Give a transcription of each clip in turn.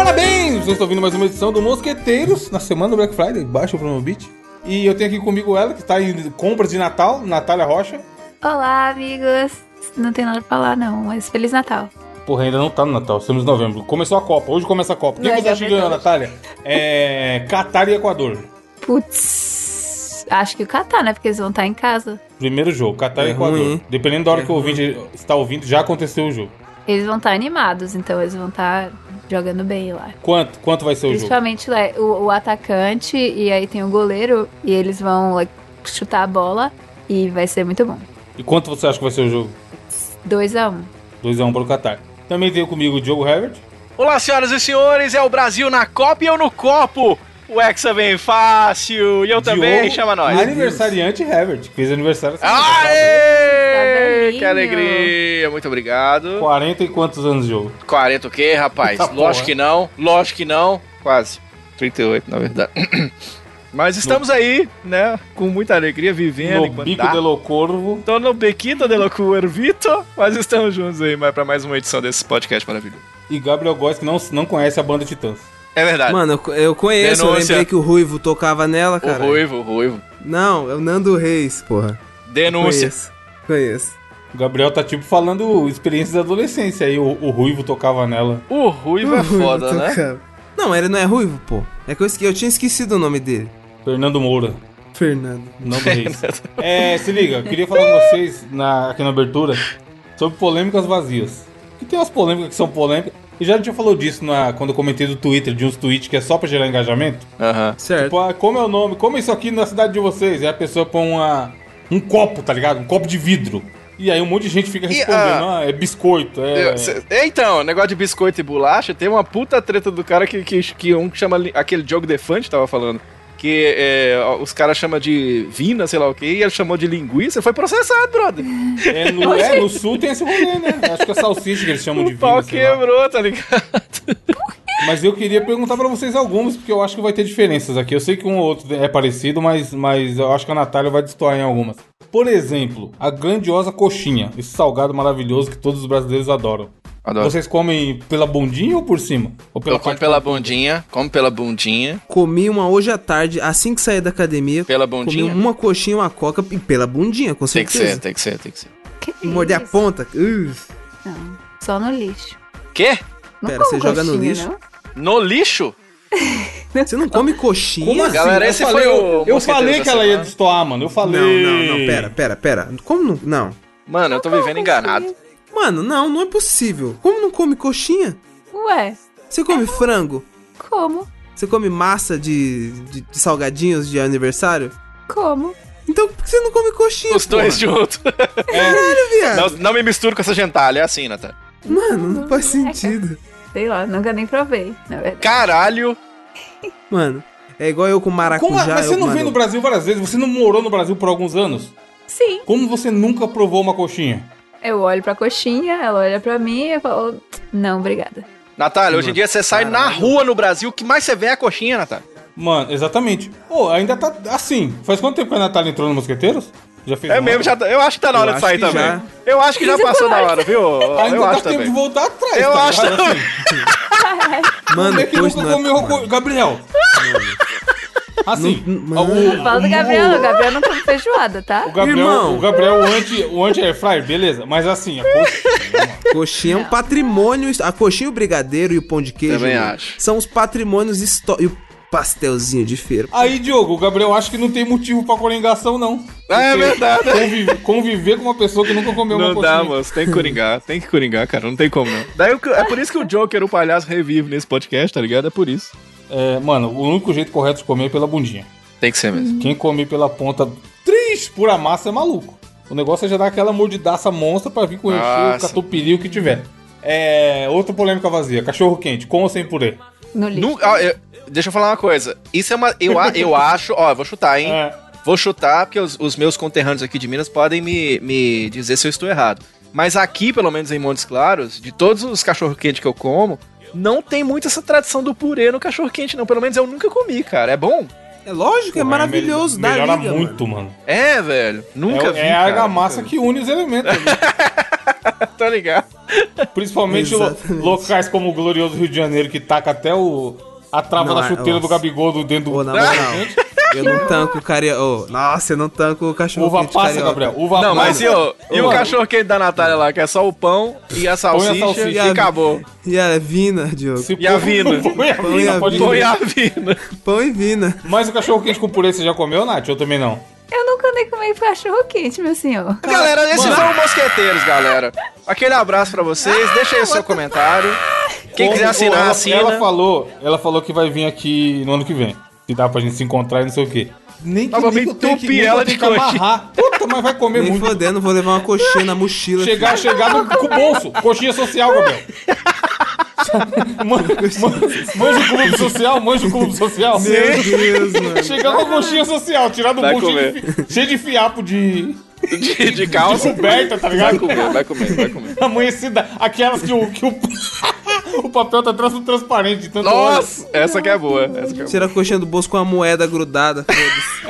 amigos, vocês estão ouvindo mais uma edição do Mosqueteiros na semana do Black Friday, baixa o Promobit. E eu tenho aqui comigo ela, que tá em compras de Natal, Natália Rocha. Olá, amigos. Não tem nada pra falar, não, mas Feliz Natal. Porra, ainda não tá no Natal, estamos em novembro. Começou a Copa, hoje começa a Copa. Quem Vai, você acha que Gabriel. tá. ganhou, Natália? É. Catar e Equador. Putz, acho que o Catar, né? Porque eles vão estar em casa. Primeiro jogo, Catar e É Equador. ruim, hein? Dependendo da hora que o ouvinte está ouvindo, já aconteceu o jogo. Eles vão estar animados, então eles vão estar jogando bem lá. Quanto? Quanto vai ser o jogo? Principalmente né, o, o atacante e aí tem o goleiro e eles vão like, chutar a bola e vai ser muito bom. E quanto você acha que vai ser o jogo? 2 a 1 um. 2x1 para o Catar. Também tenho comigo o Diogo Herbert. Olá, senhoras e senhores, é o Brasil na Copa e eu no copo. O Hexa vem fácil e eu também, Diogo, chama nós. Aniversariante Herbert, que fez aniversário essa semana passada. Aê! Que Tá velhinho. alegria, muito obrigado. 40 e quantos anos de jogo? 40 o quê, rapaz? Eita porra. Lógico que não, lógico que não. Quase. 38, na verdade. Mas estamos aí, né, com muita alegria, vivendo No enquanto bico dá. de Locorvo. Tô no Bequita de Locura, Vitor, mas estamos juntos aí mas pra mais uma edição desse podcast maravilhoso. E Gabriel Góes, que não, não conhece a banda Titãs. É verdade. Mano, eu co- eu conheço, eu Denúncia. lembrei que o Ruivo tocava nela, o cara. Ruivo, o Ruivo. Não, é o Nando Reis, porra. Denúncia. Conheço. Conheço. O Gabriel tá tipo falando experiências da adolescência. Aí o, o Ruivo tocava nela. O Ruivo é O Ruivo foda, né? tocava. Não, ele não é Ruivo, pô. É que eu, esque- eu tinha esquecido o nome dele. Fernando Moura. Fernando. Não do Reis. né? É, se liga, eu queria falar com vocês na- aqui na abertura sobre polêmicas vazias. Que tem umas polêmicas que são polêmicas. E já a gente já falou disso na- quando eu comentei do Twitter, de uns tweets que é só pra gerar engajamento. Aham. Certo. Tipo, ah, como é o nome? Como é isso aqui na cidade de vocês? E a pessoa põe uma, um copo, tá ligado? Um copo de vidro. E aí um monte de gente fica E, respondendo, ah, ah, é biscoito, é... Eu- cê- Então, negócio de biscoito e bolacha, tem uma puta treta do cara que, que, que um que chama li- aquele Diogo Defante tava falando. Que é, ó, os caras chamam de vina, sei lá o que, e ele chamou de linguiça, foi processado, brother. É, no, é, no sul tem esse rolê, né? Acho que é salsicha que eles chamam de o pau vinho, sei lá. quebrou, tá ligado? Mas eu queria perguntar pra vocês algumas, porque eu acho que vai ter diferenças aqui. Eu sei que um ou outro é parecido, mas, mas eu acho que a Natália vai destoar em algumas. Por exemplo, a grandiosa coxinha, esse salgado maravilhoso que todos os brasileiros adoram. Vocês comem pela bundinha ou por cima? Ou pela Eu como parte- pela bundinha, como pela bundinha, Comi uma hoje à tarde, assim que saí da academia. pela Comi bundinha. uma coxinha, uma coca e pela bundinha, com Tem que ser, certeza. tem que ser, tem que ser. Que Morder a isso? ponta. Uf. Não, só no lixo. Quê? Não Pera, como você joga no coxinha, lixo? não? No lixo? Você não come coxinha? Né? Como assim? Galera, eu esse falei, foi o eu- Eu Mosqueteiros falei da que ela ia semana. destoar, mano. Eu falei. Não, não, não, pera, pera, pera. Como não? Não. Mano, eu tô vivendo enganado. Mano, não, não é possível. Como não come coxinha? Ué, Você come frango? como? Você come massa de, de- de salgadinhos de aniversário? Como? Então por que você não come coxinha, Os dois porra? juntos. Caralho, Não, viado. não me misturo com essa gentalha, é assim, Natália. Mano, não faz É que- sentido. Sei lá, nunca nem provei, na verdade. Caralho. Mano, é igual eu com maracujá. Como, é? mas você eu, não mano, veio no Brasil várias vezes? Você não morou no Brasil por alguns anos? Sim, Como você nunca provou uma coxinha? eu olho pra coxinha, ela olha pra mim e eu falo, não, obrigada. Natália, hoje em dia você sai na Caralho. rua no Brasil, o que mais você vê é a coxinha, Natália. Mano, exatamente. Pô, ainda tá assim. Faz quanto tempo que a Natália entrou no Mosqueteiros? Já fez É um mesmo, ano? já tá- eu acho que tá na Eu hora de acho sair que também. já. Eu acho que já passou da hora, viu? Ainda tá- Eu dá acho tempo de também. voltar atrás. Eu acho ligado? também. Assim, Mano, Como é que hoje nunca não comeu é- co- Gabriel? Assim, Não- o- Não fala do Gabriel, o Gabriel não come feijoada, tá? o Gabriel, Irmão. o Gabriel, o anti, o anti air fryer, beleza. Mas assim, a coxinha, mano. Coxinha é um patrimônio. A coxinha, o brigadeiro e o pão de queijo. Também mano, acho. São os patrimônios históricos. E o pastelzinho de feira. Aí, Diogo, o Gabriel acha que não tem motivo pra coringação, não. É Porque verdade. convive- conviver com uma pessoa que nunca comeu uma Não coxinha. dá, moço. Tem que coringar. Tem que coringar, cara. Não tem como, não. Daí, o que- é por isso que o Joker, o palhaço, revive nesse podcast, tá ligado? É por isso. É, mano, o único jeito correto de comer é pela bundinha. Tem que ser mesmo. Quem come pela ponta três pura massa é maluco. O negócio é já dar aquela mordidaça monstra pra vir com o recheio, Nossa. catupiry, o que tiver. É, outra polêmica vazia, cachorro quente, com ou sem purê? No lixo. Nu- ah, eu- deixa eu falar uma coisa. Isso é uma. Eu, a- eu acho. Ó, eu vou chutar, hein? É. Vou chutar, porque os, os meus conterrâneos aqui de Minas podem me, me dizer se eu estou errado. Mas aqui, pelo menos em Montes Claros, de todos os cachorro-quente que eu como, não tem muito essa tradição do purê no cachorro-quente, não. Pelo menos eu nunca comi, cara. É bom? É lógico, é Porra, maravilhoso. mel- dá Melhora liga, mano. muito, mano. É, velho. Nunca é vi. é a cara. argamassa que une os elementos. ali. Tá ligado? Principalmente lo- Exatamente. locais como o glorioso Rio de Janeiro, que taca até o, a trava Não, da é- chuteira do nossa. Gabigol do dentro do. Ô, na moral, eu não tanco caria. ô, nossa, eu não tanco o cachorro Uva quente passa, carioca. Gabriel. Uva Não, mas passa. e, o- e o Tá Mano. cachorro quente da Natália lá, que é só o pão e a salsicha, salsicha. e acabou. E a é vina, Diogo. Se E a vina? Põe a Põe vina, a pode Põe vina. comer. a vina. Pão e vina. Mas o cachorro quente com purê você já comeu, Nath? Eu também não. Eu nunca andei comendo cachorro quente, meu senhor. Galera, esses foram os mosqueteiros, galera. Aquele abraço pra vocês, deixa aí o seu comentário. Quem Ou- quiser ou assinar, ela, assina. Ela falou, ela falou que vai vir aqui no ano que vem. Que dá pra gente se encontrar e não sei o quê. Nem que, Mas vai nem que eu tenha que, entupir nem que ela eu tenha de que coxinha. amarrar. Puta, mas vai comer Nem É muito. fodendo, vou levar uma coxinha na mochila. Chegar, chegar no, com o bolso. Coxinha social, Gabriel. Man- man- Manja o clube social, manja o clube social. filho. Meu Deus, mano. Chegar com a coxinha social, tirar do Vai bolso cheio de, fi- cheio de fiapo de, De, de de calça. coberta, tá ligado? comer, vai comer, vai comer. Amanhecida, aquelas que o, que o, o papel tá trans- transparente de tanto óleo. Nossa, essa que é boa. Essa que é boa. Tira a coxinha do bolso com a moeda grudada. foda-se.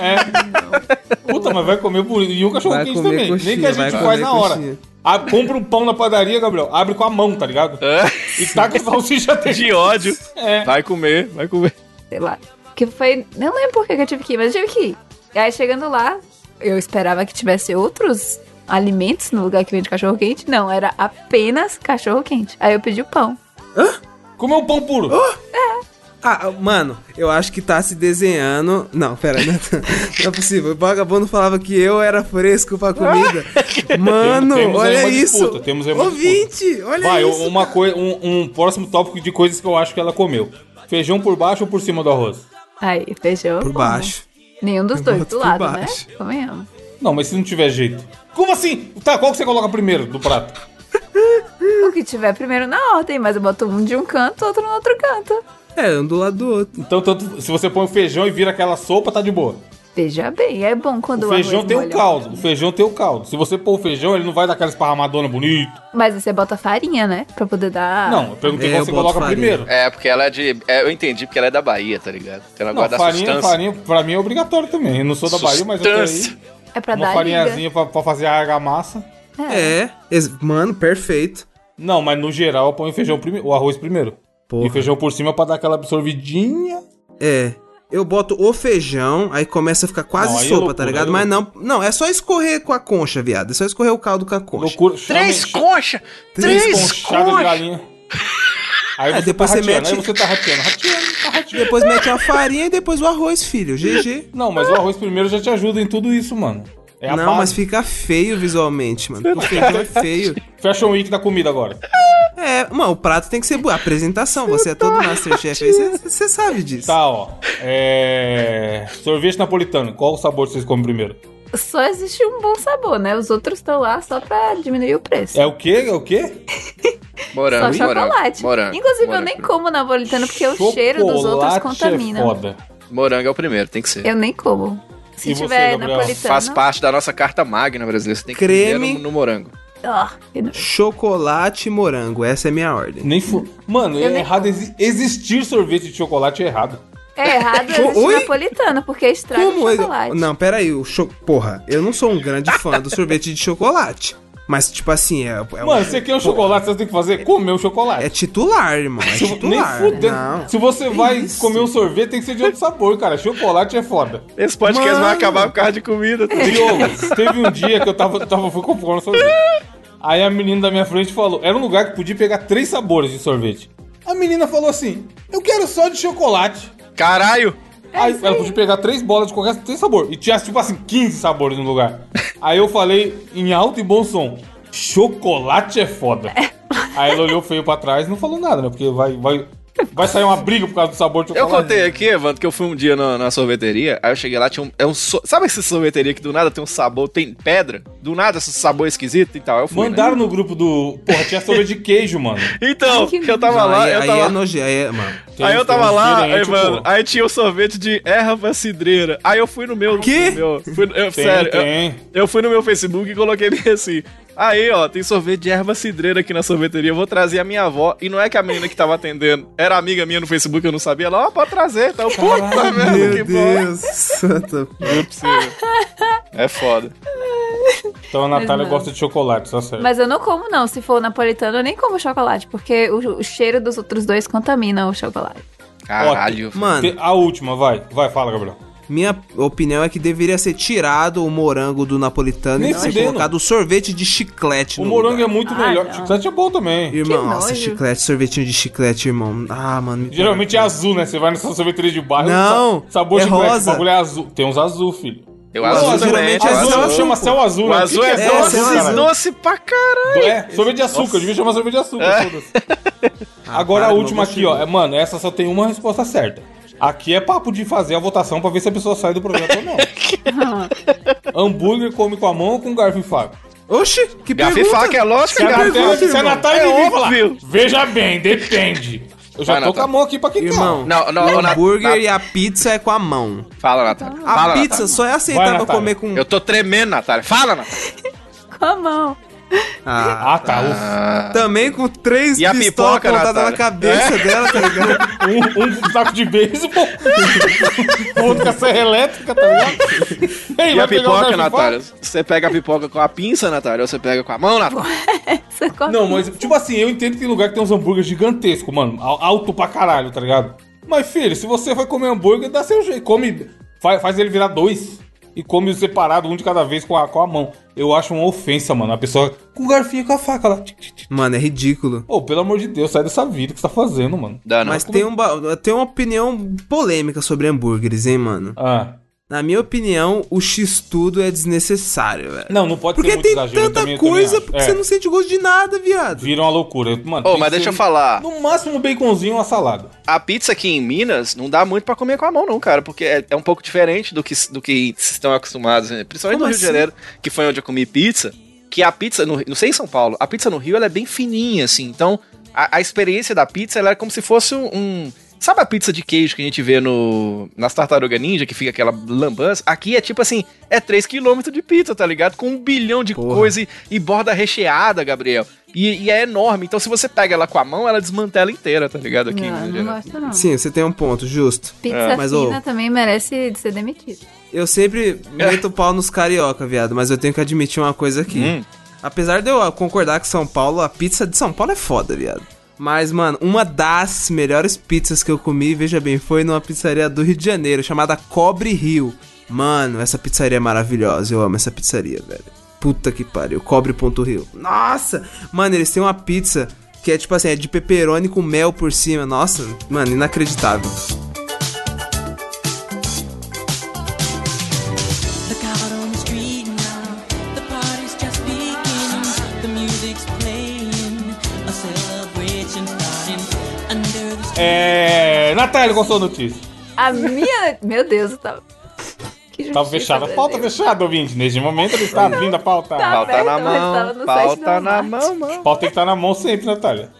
É. Puta, mas vai comer por E o cachorro Vai quente comer também. coxinha, Nem que a vai gente faz comer na hora. coxinha. Ah, compra um pão na padaria, Gabriel. Abre com a mão, tá ligado? E taca a salsicha dentro. De ódio. É. Vai comer, vai comer. sei lá. Que foi. Não lembro por que que eu tive que ir, mas eu tive que ir. E aí chegando lá, eu esperava que tivesse outros alimentos no lugar que vende cachorro quente. Não, era apenas cachorro quente. Aí eu pedi o pão. Comeu um pão puro. Ah, mano, eu acho que tá se desenhando. Não, pera, não, não é possível. O vagabundo falava que eu era fresco pra comida. Mano, Temos aí olha uma isso. disputa, temos aí uma Ouvinte, olha Vai, isso. uma coi- um, um próximo tópico de coisas que eu acho que ela comeu. Feijão por baixo ou por cima do arroz? Aí, fechou. Por baixo. Nenhum dos Eu dois, boto do por lado, baixo. né? Convenhamos. Não, mas se não tiver jeito. Como assim? Tá, qual que você coloca primeiro do prato? O que tiver primeiro na ordem, mas eu boto um de um canto, outro no outro canto. É, um do lado do outro. Então, tanto, se você põe o feijão e vira aquela sopa, tá de boa. Veja bem, é bom O quando o, feijão arroz tem o molha. caldo. O feijão tem o caldo. Se você pôr o feijão, ele não vai dar aquela esparramadona bonita. Mas aí você bota farinha, né? Pra poder dar. não, eu perguntei É, qual eu você boto coloca farinha. primeiro. É, porque ela é de. é, eu entendi, porque ela é da Bahia, tá ligado? Então ela Não, guarda a farinha, substância. farinha, pra mim é obrigatório também. Eu não sou da Bahia, mas eu Sustância. tenho aí É pra uma dar liga. farinhazinha pra, pra fazer a argamassa. É, ex- mano, perfeito. Não, mas no geral eu ponho o feijão primeiro, o arroz primeiro. Porra. E feijão por cima pra dar aquela absorvidinha. É. Eu boto o feijão, aí começa a ficar quase Não, aí é sopa, loucura, tá ligado? aí é Mas não, não, é só escorrer com a concha, viado. É só escorrer o caldo com a concha. Loucura. Três chama- conchas! Três Três conchadas de conchas! galinha. Aí É, você depois tá você rateando, mete- aí você tá rateando, rateando, tá rateando. Depois mete a farinha e depois o arroz, filho. GG. Não, mas o arroz primeiro já te ajuda em tudo isso, mano. É a não, base. mas fica feio visualmente, mano. O feijão é feio. Fashion Week da comida agora. É, mano, o prato tem que ser boa. A apresentação, você é todo Masterchef aí, você sabe disso. Tá, ó. É... Sorvete napolitano. Qual o sabor que vocês comem primeiro? Só existe um bom sabor, né? Os outros estão lá só pra diminuir o preço. É o quê? É o quê? Morango, Só chocolate. morango, morango. Inclusive, eu morango nem primeiro. como napolitano É porque o cheiro dos outros Chocolate contamina. É foda. Morango é o primeiro, tem que ser. Eu nem como. Se E você, tiver Gabriel? napolitano. Faz parte da nossa carta magna brasileira. Você tem que Creme. primeiro no morango. Ó, eu não- Chocolate e morango, essa é minha ordem. Nem fu... Mano, é nem errado. exi- Existir sorvete de chocolate é errado. é errado Oi? existe napolitano, porque estraga o é ele- Tá, chocolate. Não, peraí, o cho... porra, eu não sou um grande fã do sorvete de chocolate. Mas, tipo assim, é, é, um- Mano, você quer um chocolate, você tem que fazer? Comer um chocolate. é titular, irmão. É Se- nem titular. fudendo. Não. Se você vai isso? comer um sorvete, tem que ser de outro sabor, cara. Chocolate é foda. Esse podcast Mano. vai acabar por causa de comida. tá ligado? Diogo, teve um dia que eu tava, tava fui comprar um sorvete. Aí a menina da minha frente falou: era um lugar que podia pegar três sabores de sorvete. A menina falou assim: eu quero só de chocolate. Caralho! É Aí ela podia pegar três bolas de qualquer três sabor. E tinha, tipo assim, 15 sabores no lugar. Aí eu falei em alto e bom som: chocolate é foda. Aí ela olhou feio pra trás e não falou nada, né? Porque vai, vai, vai sair uma briga por causa do sabor de Eu chocolate. contei aqui, Evandro, que eu fui um dia na, na sorveteria, aí eu cheguei lá, tinha um. É um so- Sabe essa sorveteria que do nada tem um sabor, tem pedra? Do nada esse sabor esquisito e tal. Eu fui, né? Mandaram no grupo do. Porra, tinha sorvete de queijo, mano. Então, Ai, que eu tava Não, lá, aí, eu aí tava é noje... aí é, mano. Tem- aí eu tem tipo, tava uns lá, aí, gerentes, mano, pô. aí tinha o sorvete de erva cidreira. Aí eu fui no meu. Que? no meu- fui no- eu- Tem, sério, eu- tem. Eu, fui no meu Facebook e coloquei bem assim. Aí, ó, tem sorvete de erva cidreira aqui na sorveteria. Eu vou trazer a minha avó. E não é que a menina que tava atendendo era amiga minha no Facebook, eu não sabia. Ela, ó, pode trazer. Então, puta merda, que Meu bom. Deus, tá santa. Não é possível. É foda. Então a Mas Natália não. gosta de chocolate, tá certo. Mas eu não como, não. Se for napolitano, eu nem como chocolate, porque o, o cheiro dos outros dois contamina o chocolate. Caralho, velho. Mano, Te- A última, vai. Vai, fala, Gabriel. minha opinião é que deveria ser tirado o morango do napolitano Nem e ser fudendo. colocado o sorvete de chiclete O no morango lugar. é muito Ah, melhor. não. Chiclete é bom também. Irmão, Que nossa, nojo. chiclete, sorvetinho de chiclete, irmão. Ah, mano. me- Geralmente é azul, né? Você vai nessa sorveteria de bairro. Não, sa- sabor é de chiclete, rosa. O bagulho é azul. Tem uns azul, filho. Eu Não, azul também, geralmente eu é azul azul. ela chama céu azul, O né? azul Que é que céu doce, azul, doce, cara? pra caralho. É, sorvete de açúcar. Eu devia chamar sorvete de açúcar. É. foda-se. Agora Ah, para, a não última aqui, ó. É, mano, essa só tem uma resposta certa. Aqui é papo de fazer a votação pra ver se a pessoa sai do programa ou não. Hambúrguer come com a mão ou com garfo e faca? Oxi, que Garfo e pergunta. faca, é lógico, Se a cara. Natália, se a irmão. Natália É me vir falar, óbvio. veja bem, depende. Eu já Vai, tô com a Natália. mão aqui pra quem Irmão, Não, não, o na- hambúrguer na- e a pizza é com a mão. Fala, Natália. A Fala, pizza Natália. só é Vai, aceitável Natália. comer com... Eu tô tremendo, Natália. Fala, Natália. Com a mão. Ah, Ah, tá. ufa. também com três E a pistolas pipoca, apontadas na Natália? cabeça dela, tá ligado? Um, um com saco de beisebol, o outro com a serra elétrica, tá ligado? Ei, E vai a pegar o garfo um pipoca, e faca? Natália? Você pega a pipoca com a pinça, Natália, ou você pega com a mão, Natália? Essa com a Não, mão. mas, tipo assim, eu entendo que tem lugar que tem uns hambúrguer gigantesco, mano. al- Alto pra caralho, tá ligado? Mas, filho, se você vai comer hambúrguer, dá seu jeito. Come, faz, faz ele virar dois. E come o separado, um de cada vez, com a, com a mão. Eu acho uma ofensa, mano. A pessoa com o garfinho e com a faca lá. Tic, tic, tic. Mano, é ridículo. Ô, pelo amor de Deus, sai dessa vida que você tá fazendo, mano. Dá, não. Mas tem, um ba- tem uma opinião polêmica sobre hambúrgueres, hein, mano? Ah. Na minha opinião, o X-Tudo é desnecessário, velho. Não, não pode Porque ser muito tem exagero. eu tanta também, eu também coisa acho. porque É, você não sente gosto de nada, viado. Vira uma loucura. Mano, Ô, tem mas que deixa eu ser falar. No máximo um baconzinho e uma salada. A pizza aqui em Minas não dá muito pra comer com a mão, não, cara, porque é, é um pouco diferente do que, do que vocês estão acostumados, né? principalmente Como no Rio de assim? Janeiro, que foi onde eu comi pizza. Que a pizza, no, não sei em São Paulo, a pizza no Rio ela é bem fininha, assim. Então, a, a experiência da pizza ela é como se fosse um. um- sabe a pizza de queijo que a gente vê no, nas Tartaruga Ninja, que fica aquela lambança? Aqui é tipo assim: é 3km de pizza, tá ligado? Com um bilhão de Porra. coisa e, e borda recheada, Gabriel. E, e é enorme. Então, se você pega ela com a mão, ela desmantela inteira, tá ligado? Aqui em não, é Minas eu Gerais. não gosto, não. Sim, você tem um ponto, justo. Pizza É. mas, ô- fina também merece ser demitido. Eu sempre meto o pau nos carioca, viado, mas eu tenho que admitir uma coisa aqui. Hum. Apesar de eu concordar que São Paulo, a pizza de São Paulo é foda, viado. Mas, mano, uma das melhores pizzas que eu comi, veja bem, foi numa pizzaria do Rio de Janeiro, chamada Cobre Rio. Mano, essa pizzaria é maravilhosa, eu amo essa pizzaria, velho. Puta que pariu, cobre.rio. Nossa! Mano, eles têm uma pizza que é tipo assim, é de pepperoni com mel por cima. Nossa, mano, inacreditável. Look out on the street now. The party's just beginning. The music's playing. A celebration starting under the street. Eh. É. Natália, qual a sua notícia? A minha. Meu Deus, eu tava. Que Tava Tá justiça, fechada. meu Pauta Deus. fechada, ouvinte. Neste momento ele está abrindo a pauta. é Tá. A Pauta aberto, na mas tava mão, no site pauta da na Walmart. mão, mão. pauta tem que estar na mão sempre, né, Natália.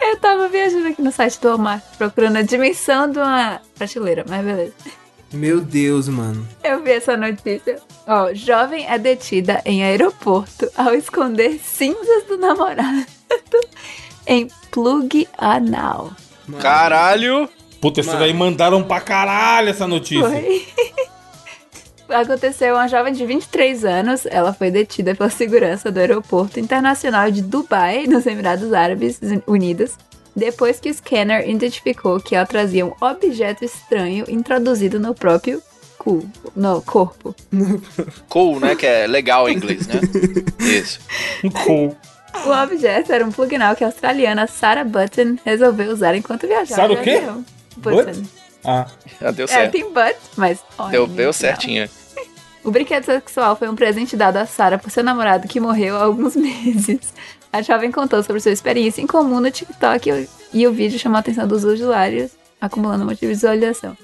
Eu tava viajando aqui no site do Walmart procurando a dimensão de uma prateleira, mas beleza. Meu Deus, mano. Eu vi essa notícia. Ó, jovem é detida em aeroporto ao esconder cinzas do namorado em plug anal. Caralho! Puta, essa daí mandaram pra caralho essa notícia. Foi. Aconteceu uma jovem de 23 anos, ela foi detida pela segurança do aeroporto internacional de Dubai, nos Emirados Árabes Unidos, depois que o scanner identificou que ela trazia um objeto estranho introduzido no próprio cu, no corpo. Cool, né? Que é legal em inglês, né? Isso. Cool. O objeto era um pluginal que a australiana Sarah Button resolveu usar enquanto viajava. Sarah o de quê? avião. Butt? Button. Ah, Já deu É, certo. tem um né? butt, mas... olha, Deu, deu não. certinho. O brinquedo sexual foi um presente dado a Sarah por seu namorado que morreu há alguns meses. A jovem contou sobre sua experiência em comum no TikTok e o- e o vídeo chamou a atenção dos usuários, acumulando um monte de visualização.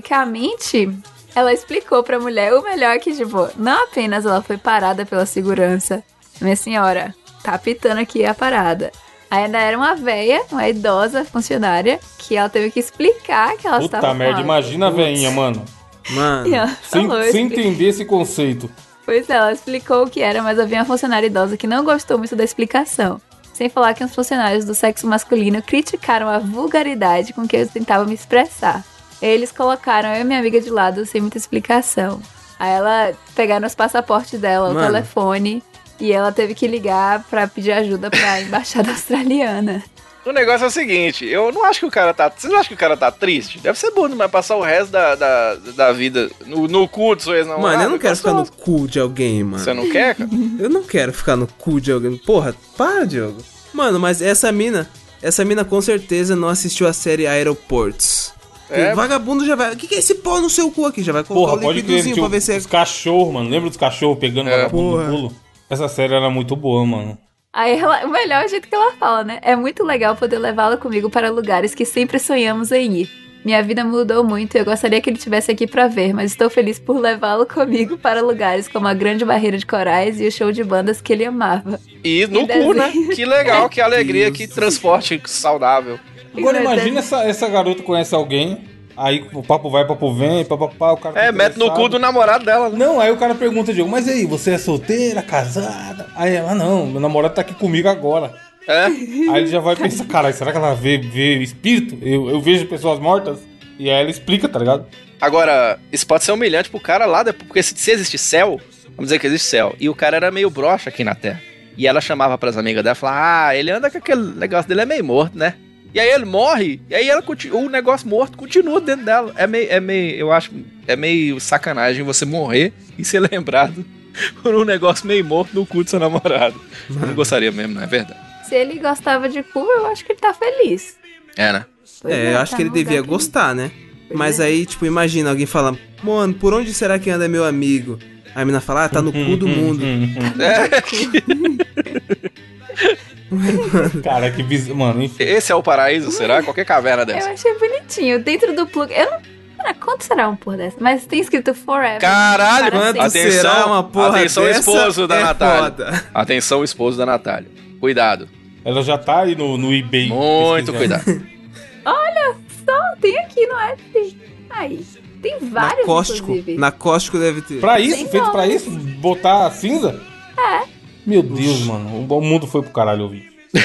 Basicamente, ela explicou pra mulher o melhor que, tipo, não apenas ela foi parada pela segurança. Minha senhora, tá pitando aqui a parada. Ainda era uma véia, uma idosa funcionária, que ela teve que explicar que ela puta estava com merda. a- Imagina a veinha, mano. Mano. E ela Sem, falou, sem explicou. entender esse conceito. Pois é, ela explicou o que era, mas havia uma funcionária idosa que não gostou muito da explicação. Sem falar que os funcionários do sexo masculino criticaram a vulgaridade com que eu tentava me expressar. Eles colocaram eu e minha amiga de lado sem muita explicação. Aí ela pegaram os passaportes dela, Mano. o telefone, e ela teve que ligar pra pedir ajuda pra embaixada australiana. O negócio é o seguinte, eu não acho que o cara tá. Vocês não acham que o cara tá triste? Deve ser bom, mas passar o resto da, da, da vida no, no cu de sua ex-namorada. Mano, eu não quero ficar gostoso. no cu de alguém, mano. Você não quer, cara? Eu não quero ficar no cu de alguém. Porra, para, Diogo. Mano, mas essa mina, essa mina com certeza não assistiu a série Aeroportos. É. O vagabundo já vai. O que, que é esse pó no seu cu aqui? Já vai colocar Porra, o pode crer. um liquidozinho Tinha pra ver se é. os cachorros, mano. Lembra dos cachorros pegando o É. vagabundo Porra. no pulo? Essa série era muito boa, mano. Aí ela, o melhor é o jeito que ela fala, né? É muito legal poder levá-la comigo para lugares que sempre sonhamos em ir. Minha vida mudou muito e eu gostaria que ele estivesse aqui para ver, mas estou feliz por levá-lo comigo para lugares como a Grande Barreira de Corais e o show de bandas que ele amava. E no E cu, desenho. né? Que legal, que alegria, que transporte saudável. Agora Isso é imagina essa, essa garota conhece alguém, aí o papo vai, papo vem, papapá, o cara. tá É, mete no interessado. cu do namorado dela, né? Não, aí o cara pergunta, Diego, mas e aí, você é solteira, casada? Aí ela, não, meu namorado tá aqui comigo agora. É. Aí ele já vai pensar, caralho, será que ela vê, vê espírito? Eu, eu vejo pessoas mortas? E aí ela explica, tá ligado? Agora, isso pode ser humilhante pro cara lá, depois, porque se, se existe céu, vamos dizer que existe céu, e o cara era meio broxa aqui na Terra. E ela chamava pras amigas dela e falava: Ah, ele anda com aquele negócio dele, é meio morto, né? E aí ele morre, e aí ela conti- o negócio morto continua dentro dela. É meio, é meio, eu acho, é meio sacanagem você morrer e ser lembrado por um negócio meio morto no cu do seu namorado. Eu não gostaria mesmo, não é verdade? Se ele gostava de cu, eu acho que ele tá feliz. É, né? Pois É, eu acho tá que ele num devia lugar gostar, né? Pois Mas é. aí, tipo, imagina alguém falar, mano, por onde será que anda meu amigo? Aí a mina fala, ah, tá no cu do Uhum, mundo. É. Cara, que bizarro. Mano, enfim. Esse é o paraíso, será? Qualquer caverna Eu dessa. achei bonitinho. Dentro do plug. Eu não. Cara, quanto será um por dessa? Mas tem escrito Forever. um Caralho, Para mano. sempre. Atenção, será uma porra atenção dessa esposo da é Natália. foda. Atenção, esposo da Natália. Cuidado. Ela já tá aí no, no eBay. Muito pesquisando. cuidado. Só tem aqui no F. Aí. Tem Na vários, Cóstico, inclusive. na Cóstico deve ter. Pra isso, Sem feito dó. pra isso, botar a cinza? É. Meu Deus, mano. O mundo foi pro caralho ouvir. Tem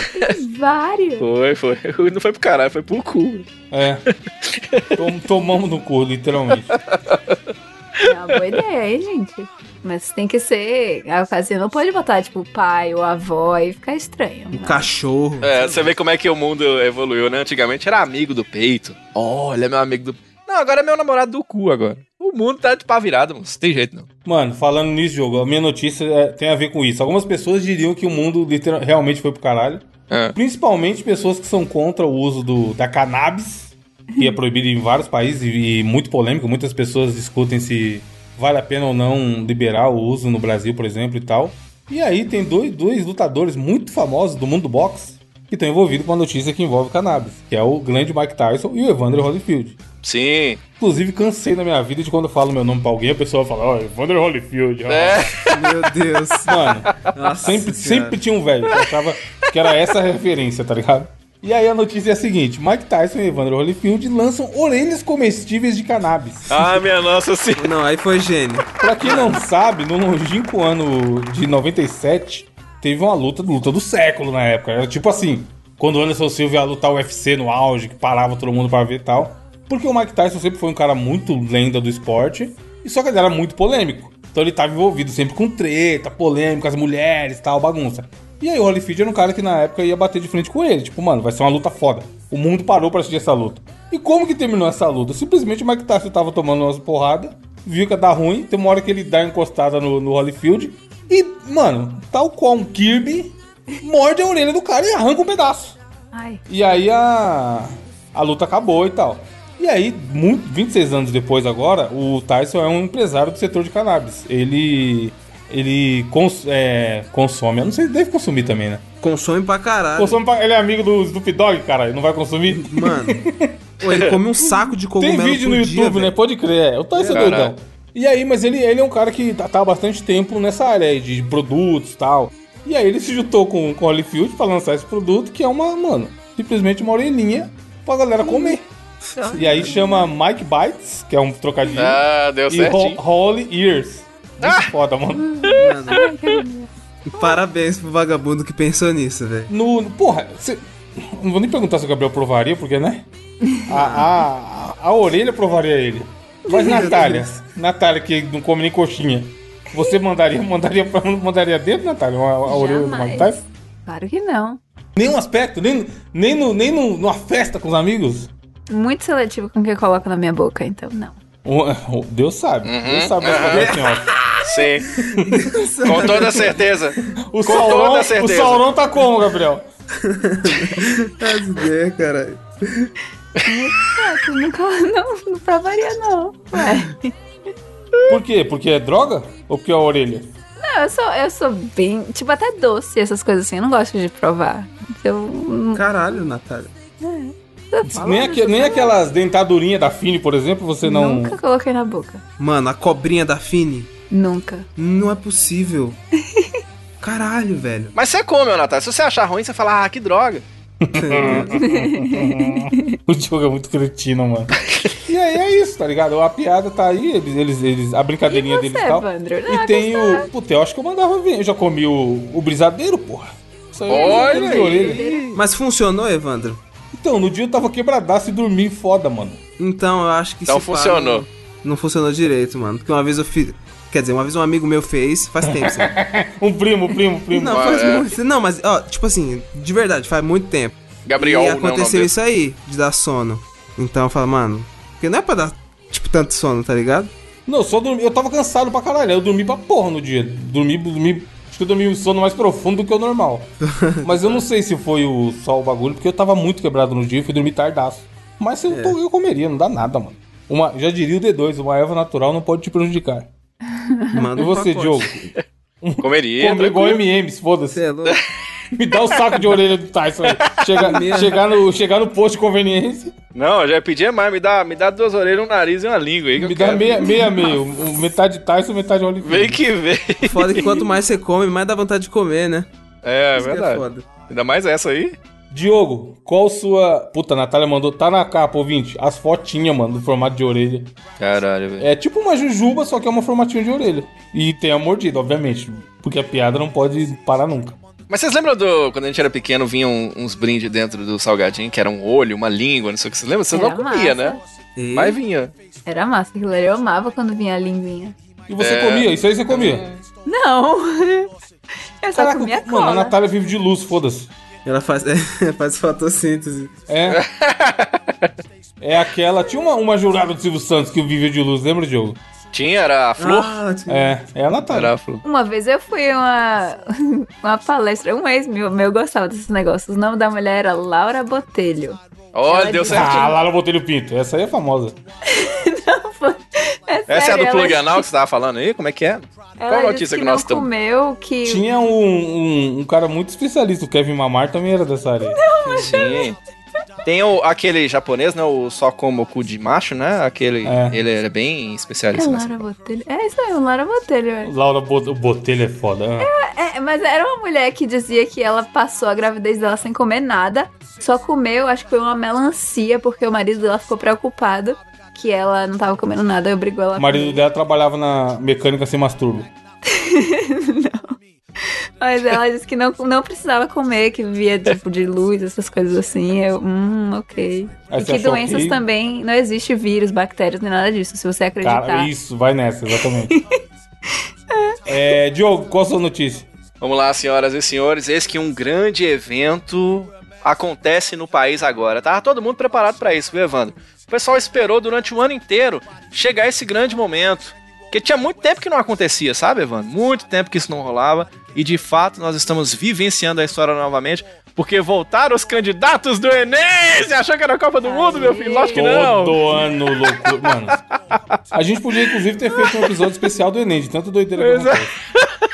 vários. Foi, foi. Não foi pro caralho, foi pro cu. É. Tom- tomamos no cu, literalmente. É uma boa ideia, hein, gente? Mas tem que ser. A ocasião não pode botar, tipo, o pai ou a avó e ficar estranho. Um cachorro. É, você vê como é que o mundo evoluiu, né? Antigamente era amigo do peito. Olha, meu amigo do. Não, agora é meu namorado do cu agora. O mundo tá de pá virado, mano. Não tem jeito, não. Mano, falando nisso, jogo, a minha notícia é, tem a ver com isso. Algumas pessoas diriam que o mundo literal- realmente foi pro caralho. É. Principalmente pessoas que são contra o uso do, da cannabis, que é proibido em vários países e, e muito polêmico. Muitas pessoas discutem se vale a pena ou não liberar o uso no Brasil, por exemplo, e tal. E aí tem dois, dois lutadores muito famosos do mundo do boxe que estão envolvidos com a notícia que envolve cannabis, que é o grande Mike Tyson e o Evander Holyfield. Sim. Inclusive, cansei na minha vida de quando eu falo meu nome pra alguém, a pessoa fala, ó, Evander Holyfield. ó." É. Meu Deus. Mano, Nossa sempre, Senhora. sempre tinha um velho que achava que era essa a referência, tá ligado? E aí a notícia é a seguinte: Mike Tyson e Evander Holyfield lançam orelhas comestíveis de cannabis. Ah, minha nossa senhora. Não, aí foi gênio. Pra quem não sabe, no longínquo ano de 97, teve uma luta, luta do século na época. Era tipo assim, quando o Anderson Silva ia lutar o UFC no auge, que parava todo mundo pra ver e tal. Porque o Mike Tyson sempre foi um cara muito lenda do esporte, e só que ele era muito polêmico. Então ele tava envolvido sempre com treta, polêmica, as mulheres e tal, bagunça. E aí o Holyfield era um cara que na época ia bater de frente com ele. Tipo, mano, vai ser uma luta foda. O mundo parou pra assistir essa luta. E como que terminou essa luta? Simplesmente o Mike Tyson tava tomando umas porradas, viu que ia dar ruim, tem uma hora que ele dá uma encostada no, no Holyfield. E, mano, tal qual um Kirby, morde a orelha do cara e arranca um pedaço. Ai. E aí a, a luta acabou e tal. E aí, muito, 26 anos depois agora, o Tyson é um empresário do setor de cannabis. Ele. Ele cons- é, consome, eu não sei, deve consumir também, né? Consome pra caralho. Consome pra- ele é amigo do Snoop Dogg, cara, não vai consumir? Mano. Pô, ele come um saco de Tem cogumelo vídeo no por YouTube, dia, né? velho. Pode crer, é. o Tyson é Caralho. doidão. E aí, mas ele, ele é um cara que tá, tá há bastante tempo nessa área aí de produtos e tal. E aí ele se juntou com, com o Holyfield pra lançar esse produto, que é uma, mano, simplesmente uma orelhinha pra galera comer. E aí chama Mike Bites, que é um trocadilho, Ah, deu e Ho certinho. Ah! Holy Ears. Muito foda, mano. Ai, que- né? Parabéns pro vagabundo que pensou nisso, velho. No, porra, cê- não vou nem perguntar se o Gabriel provaria, porque, né? A, a, a orelha provaria ele. Mas Natália, Natália que não come nem coxinha, você mandaria, mandaria, pra- mandaria dentro, Natália, a, a orelha do Mike Jamais. Tyson? Claro que não. Nenhum aspecto, nem, nem, no, nem no, numa festa com os amigos. Muito seletivo com o que eu coloco na minha boca, então não. O- o- Deus sabe, Uhum. Deus sabe mas fazer assim, ó. Sim. Com toda certeza. O Com toda Sauron, o certeza. Sauron tá como, Gabriel? As ideias, caralho. Ah, tu nunca. Não, não pra variar, não. Ué. Por quê? Porque é droga? Ou porque é a orelha? Não, eu sou, eu sou bem. Tipo, até doce, essas coisas assim. Eu não gosto de provar. Eu. não- Caralho, Natália. eu falo, nem, aque- nem aquelas dentadurinhas da Fini, por exemplo, você não. Nunca coloquei na boca. Mano, a cobrinha da Fini? Nunca. Não é possível. Caralho, velho. Mas você come, ô Natália. Se você achar ruim, você fala, ah, que droga. O Diogo é muito cretino, mano. e aí é isso, tá ligado? A piada tá aí, eles, eles, eles a brincadeirinha E você, deles e tal. Evandro? e Ah, tem gostar. o. Puta, eu acho que eu mandava ver. Eu já comi o, o brisadeiro, porra. Isso aí é brisadeiro de orelha. Mas funcionou, Evandro? Então, no dia eu tava quebradaço e dormi foda, mano. Então eu acho que Então se pá, funcionou. não, não funcionou direito, mano. Porque uma vez eu fiz. Quer dizer, uma vez um amigo meu fez, faz tempo, sabe? Um primo, primo, primo. Não, Mas faz é. muito. Não, mas, ó, tipo assim, de verdade, faz muito tempo. Gabriel, né, e não, não aconteceu isso aí, de dar sono. Então eu falo, mano, porque não é pra dar, tipo, tanto sono, tá ligado? Não, eu só dormi. Eu tava cansado pra caralho. aí Eu dormi pra porra no dia. Dormi, dormi. Acho que eu dormi um sono mais profundo do que o normal. Mas eu não sei se foi o, só o bagulho, porque eu tava muito quebrado no dia e fui dormir tardaço. Mas É. eu, tô- eu comeria, não dá nada, mano. Uma, já diria o D2, uma erva natural não pode te prejudicar. Mano, E você, Diogo? Comeria. Come igual é tranquilo. MMs, foda-se. Você é louco? Me dá o saco de orelha do Tyson aí. Chega, chegar, no, chegar no posto de conveniência, Não, eu já pedi mais. Me dá, me dá duas orelhas, um nariz e uma língua aí. que me eu dá quero. meia, meia, meia. Um- um Metade Tyson, metade Oliveira. Vem que vem. Foda que quanto mais você come, mais dá vontade de comer, né? É, é Isso que verdade. É foda. Ainda mais essa aí. Diogo, qual sua. Puta, a Natália mandou. Tá na capa, ouvinte. As fotinhas, mano, do formato de orelha. Caralho, velho. É tipo uma jujuba, só que é uma formatinha de orelha. E tem a mordida, obviamente. Porque a piada não pode parar nunca. Mas vocês lembram do. Quando a gente era pequeno, vinham um, uns brindes dentro do salgadinho, que era um olho, uma língua, não sei o que. Vocês lembram? Vocês não Era massa. comia, né? E- Mas vinha. Era massa aquilo ali. Eu amava quando vinha a linguinha. E você comia, isso aí você comia. Não! Eu só Caraca, comia mano, a cola. né? Natália vive de luz, foda-se. Ela faz, faz fotossíntese. É. é aquela. Tinha uma, uma jurada do Silvio Santos que vivia de luz, lembra, Diogo? Tinha, era a flor. Ah, tipo, É, é a Natália. Era a flor. Uma vez eu fui a uma, uma palestra, um ex meu, meu gostava desses negócios. O nome da mulher era Laura Botelho. Olha, Ela deu de- certinho. Ah, Lara Botelho Pinto. Essa aí é famosa. É Essa é a sério, do plug ela, anal que você tava falando aí? Como é que é? ela Qual notícia disse que, que nós não estamos? comeu, que Tinha um, um, um cara muito especialista, o Kevin Mamar também era dessa área. Sim. Tem o, aquele japonês, né? O só como o cu de macho, né? Aquele. É. Ele era bem É especialista nessa. Laura Botelho. É isso aí, Laura Botelho. é. Laura Bot Botelho é foda. né? É, mas era uma mulher que dizia que ela passou a gravidez dela sem comer nada, só comeu, acho que foi uma melancia, porque o marido dela ficou preocupado que ela não tava comendo nada e obrigou ela a O marido dela trabalhava na mecânica sem masturbo. Mas ela disse que não, não precisava comer, que via tipo de luz, essas coisas assim. Eu, hum, ok. Aí e você que achou doenças ok? também não existe vírus, bactérias, nem nada disso, se você acreditar. Cara, isso, vai nessa, exatamente. é, Diogo, qual a sua notícia? Vamos lá, senhoras e senhores. Eis que um grande evento acontece no país agora. Tava todo mundo preparado pra isso, viu, Evandro? O pessoal esperou durante o ano inteiro chegar esse grande momento. Porque tinha muito tempo que não acontecia, sabe, Evandro? Muito tempo que isso não rolava. E de fato nós estamos vivenciando a história novamente. Porque voltaram os candidatos do Enem! Você achou que era a Copa do Mundo, meu filho? Lógico que não! Todo ano loucura. Mano, a gente podia inclusive ter feito um episódio especial do Enem, de tanto doideira que Pois é. acontece.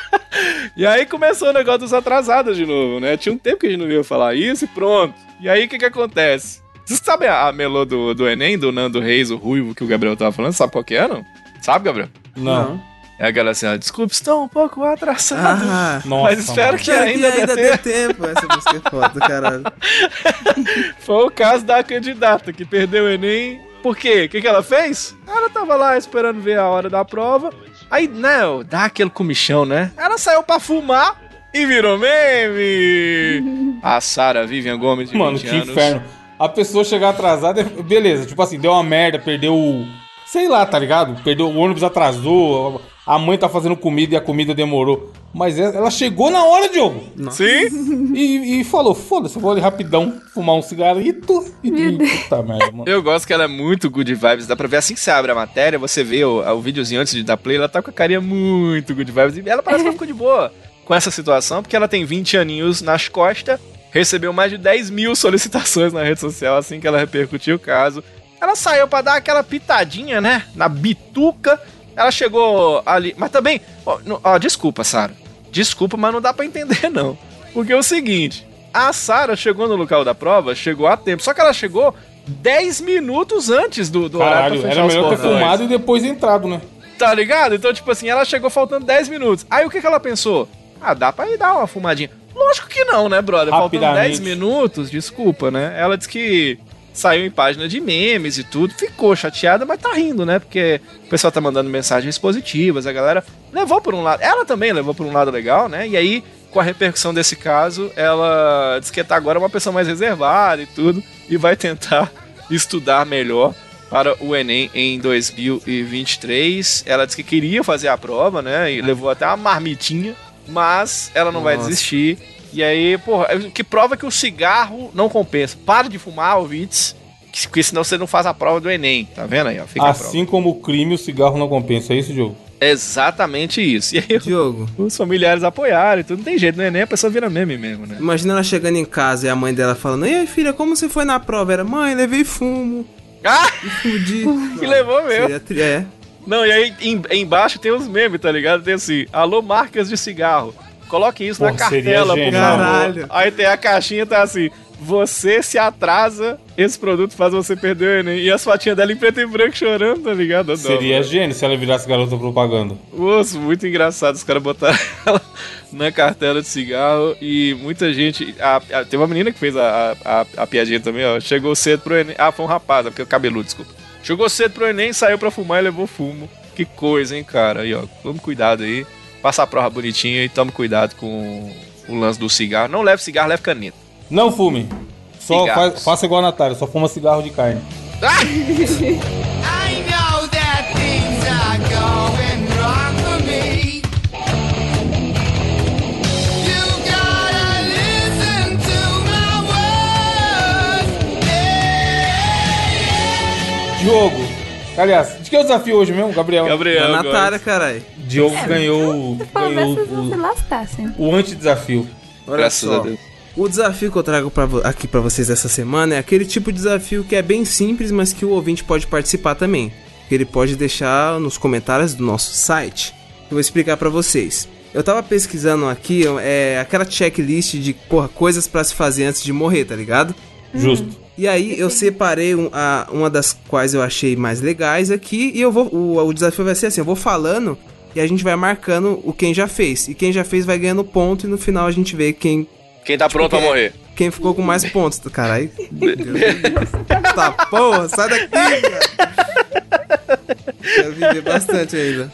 E aí começou o negócio dos atrasados de novo, né? Tinha um tempo que a gente não ia falar isso e pronto. E aí o que que acontece? Vocês sabem a, a melô do, do Enem, do Nando Reis, o ruivo que o Gabriel tava falando? Sabe qual que é, não? Sabe, Gabriel? Não. É aquela assim, ó, desculpa, estou um pouco atrasados. Ah, Nossa, mas espero mano. que ainda, dê ainda tempo. deu tempo. Essa música é foda, caralho. Foi o caso da candidata que perdeu o Enem. Por quê? O que, que ela fez? Ela tava lá esperando ver a hora da prova. Aí, não, dá aquele comichão, né? Ela saiu pra fumar e virou meme! a Sara Vivian Gomes de Mano, 20 que anos. inferno. A pessoa chegar atrasada, é- beleza, tipo assim, deu uma merda, perdeu o. Sei lá, tá ligado? Perdeu o ônibus, atrasou, a mãe tá fazendo comida e a comida demorou. Mas ela ela chegou na hora, Diogo. Sim? E, e falou: foda-se, eu vou ali rapidão fumar um cigarrito e. Meu Deus. Puta merda, mano. Eu gosto que ela é muito good vibes. Dá pra ver assim que você abre a matéria, você vê o, o videozinho antes de dar play, ela tá com a carinha muito good vibes. E ela parece que ela ficou de boa com essa situação, porque ela tem 20 aninhos nas costas, recebeu mais de 10 mil solicitações na rede social assim que ela repercutiu o caso. Ela saiu pra dar aquela pitadinha, né? Na bituca. Ela chegou ali. Mas também. Ó, não- ó, desculpa, Sara. Desculpa, mas não dá pra entender, não. Porque é o seguinte: a Sara chegou no local da prova, chegou a tempo. Só que ela chegou 10 minutos antes do, do Caralho, horário era pra fechar os melhor ter portões. fumado e depois entrado, né? Tá ligado? Então, tipo assim, ela chegou faltando 10 minutos. Aí o que, que ela pensou? Ah, dá pra ir dar uma fumadinha. Lógico que não, né, brother? Faltando Rapidamente. 10 minutos, desculpa, né? Ela disse que saiu em página de memes e tudo, ficou chateada, mas tá rindo, né? Porque o pessoal tá mandando mensagens positivas, a galera levou por um lado. Ela também levou por um lado legal, né? E aí, com a repercussão desse caso, ela diz que tá agora uma pessoa mais reservada e tudo, e vai tentar estudar melhor para o Enem em 2023. Ela disse que queria fazer a prova, né? E levou até uma marmitinha, mas ela não vai Nossa. desistir. E aí, porra, é, que prova que o cigarro não compensa. Para de fumar, ouvintes, que- porque senão você não faz a prova do Enem. Tá vendo aí? Ó, fica a prova. assim como o crime, o cigarro não compensa. É isso, Diogo? Exatamente isso. E aí Diogo, os familiares apoiaram e tudo. Não tem jeito, no Enem é a pessoa vira meme mesmo, né? imagina ela chegando em casa e a mãe dela falando: E aí, filha, como você foi na prova? Era, mãe, levei fumo, Ah, fudi. que levou mesmo. Seria tri- É. Não, e aí em- embaixo tem uns memes, tá ligado? Tem assim, alô marcas de cigarro. Coloque isso na Porra, seria cartela, por genial. favor. Caralho. Aí tem a caixinha, tá assim, você se atrasa, esse produto faz você perder o Enem. E as fatinhas dela em preto e branco chorando, tá ligado? Adoro. Seria gênio se ela virasse garota propaganda. Nossa, muito engraçado. Os caras botaram ela na cartela de cigarro e muita gente. a- a- tem uma menina que fez a, a, a- a piadinha também, ó. Chegou cedo pro Enem. Ah, foi um rapaz, é porque é cabeludo, desculpa. Chegou cedo pro Enem, saiu pra fumar e levou fumo. Que coisa, hein, cara? Aí, ó, tome cuidado aí. Passa a prova bonitinha e tome cuidado com o lance do cigarro. Não leve cigarro, leve caneta. Não fume. Só Cigarros. faz- faça igual a Natália, só fuma cigarro de carne. I know that things are going wrong for me. You gotta listen to my words. Diogo. Aliás, de que é o desafio hoje mesmo, Gabriel? Gabriel, Da agora. Natália, Tá caralho. Diogo É, ganhou, ganhou Conversas não se assim. o, lastassem. o antidesafio. Olha Graças só. a Deus. O desafio que eu trago pra vo- aqui pra vocês essa semana é aquele tipo de desafio que é bem simples, mas que o ouvinte pode participar também. Que ele pode deixar nos comentários do nosso site. Eu vou explicar pra vocês. Eu tava pesquisando aqui é, aquela checklist de porra, coisas pra se fazer antes de morrer, tá ligado? Justo. Hum. E aí eu separei um- a- uma das quais eu achei mais legais aqui e eu vou o, o desafio vai ser assim, eu vou falando e a gente vai marcando o quem já fez e quem já fez vai ganhando ponto e no final a gente vê quem Quem tá pronto pra morrer? quem ficou com mais pontos, caralho. Meu Deus. Tá porra, sai daqui, cara. Quero viver bastante ainda.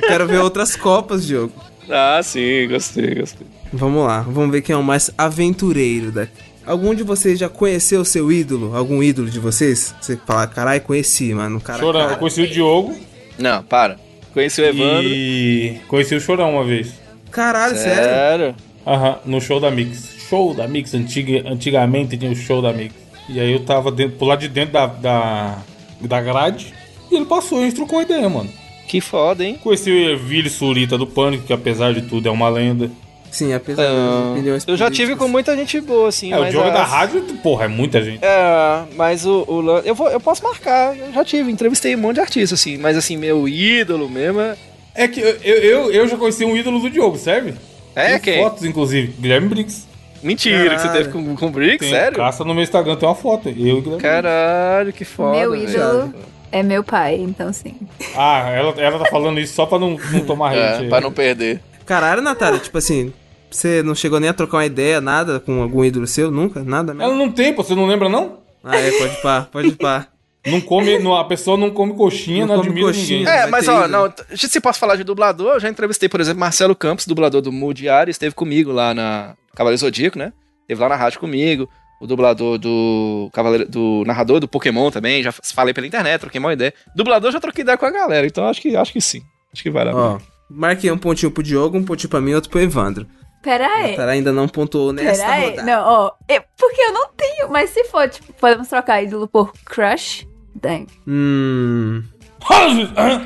Quero ver outras copas, Diogo. Ah, sim, gostei, gostei. Vamos lá, vamos ver quem é o mais aventureiro daqui. Algum de vocês já conheceu o seu ídolo? Algum ídolo de vocês? Você fala, caralho, conheci, mano. Cara, a Chorão. cara. Eu conheci o Diogo Não, para. Conheci o Evandro. e conheci o Chorão uma vez. Caralho, sério? Sério? Aham, no show da Mix. Show da Mix, antiga, antigamente tinha o show da Mix. E aí eu tava dentro, pro lado de dentro da, da, da grade e ele passou e a gente trocou a ideia, mano. Que foda, hein? Conheci o Ervilho Surita do Pânico, que apesar de tudo é uma lenda. Sim, apesar das opiniões Então, Eu já tive com muita políticas. gente boa, assim. É, o mas Diogo é as- da rádio, porra, é muita gente. É, mas o, o lan- eu, vou, eu posso marcar, eu já tive, entrevistei um monte de artista, assim, mas assim, meu ídolo mesmo. é- É que eu, eu, eu- eu já conheci um ídolo do Diogo, serve? É Tem quem? fotos, inclusive. Guilherme Briggs. Mentira, que você teve Caralho. com, com o Brick, Tem sério? Caça no meu Instagram, tem uma foto. Eu e Guilherme Briggs. Caralho, que foda. Meu velho. ídolo é meu pai, então sim. Ah, ela, ela tá falando isso só pra não, não tomar hate. É, pra não perder. Caralho, Natália, tipo assim, você não chegou nem a trocar uma ideia, nada com algum ídolo seu? Nunca? Nada mesmo? Ela não tem, pô, você não lembra, não? Ah, é, pode pá, pode pá. Não come, não- a pessoa não come coxinha, não, Não come admira coxinha. ninguém. É, vai mas ter ó, ídolo. não, t- se posso falar de dublador, eu já entrevistei, por exemplo, Marcelo Campos, dublador do Mu Diário, esteve comigo lá na Cavaleiro Zodíaco, né? Esteve lá na rádio comigo. O dublador do Cavaleiro, do narrador do Pokémon também, já f- falei pela internet, troquei uma ideia. Dublador já troquei ideia com a galera, então acho que acho que sim. Acho que vai lá. Ó, Tá Marquei um pontinho pro Diogo, um pontinho pra mim e outro pro Evandro. Pera aí. Tará ainda não pontuou nesta É. Pera aí. rodada. Não, ó. eu- porque eu não tenho. Mas se for, tipo, podemos trocar ídolo por crush. Dang. Hum.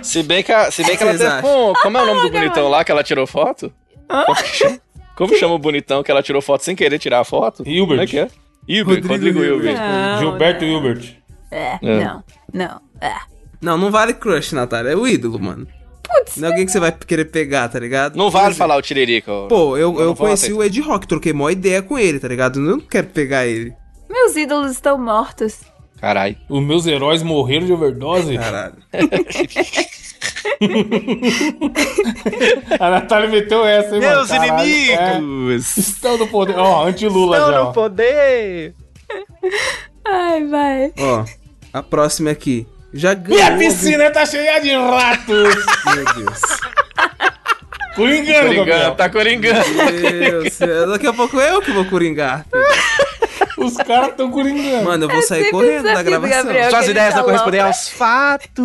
Se bem que, a- se bem que O ela que vocês teve com. Como é o nome do bonitão lá que ela tirou foto? Como que chama- Como chama o bonitão que ela tirou foto sem querer tirar a foto? Hilbert. Como é que é? Hilbert, Rodrigo Rodrigo, Hilbert. Hilbert. Não, Gilberto Hilbert. É, É. Não, não. É. Não, não vale crush, Natália. É o ídolo, mano. Putz. Não é alguém que você vai querer pegar, tá ligado? Não vale falar o Tiririca. ô. Pô, eu, Não, eu não vou conheci aceitar. o Ed Rock, troquei mó ideia com ele, tá ligado? Eu não quero pegar ele. Meus ídolos estão mortos. Caralho. Os meus heróis morreram de overdose. Caralho. A Natália meteu essa, hein, mano? Meus Caralho, é. inimigos! Estão no poder. Ó, anti-Lula já. Estão ó. no poder! Ai, vai. Ó, a próxima é aqui. Já ganhou. Minha piscina tá cheia de ratos. algum- Meu Deus. Coringando, Gabriel. Coringando, tá coringando. Meu Deus. é, Daqui a pouco eu que vou coringar. filho. Os caras tão coringando. Mano, eu vou sair É, sempre correndo da sabia do gravação. Gabriel. Suas Aquele ideias não salão. correspondem aos fatos.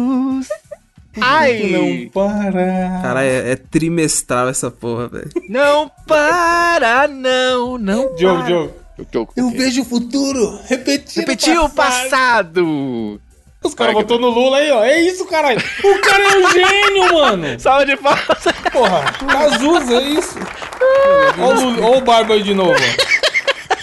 Não Ai! para. Caralho, é, é trimestral essa porra, velho. Não para, não, não. Diogo, Diogo. Eu vejo o futuro repetindo Repetir o passado. Os caras botou no Lula aí, ó. É isso, caralho. O cara é um gênio, mano. Salva de palmas. Porra. Cazuza, é isso. Olha o, Lula- ó o Barba aí de novo. ó.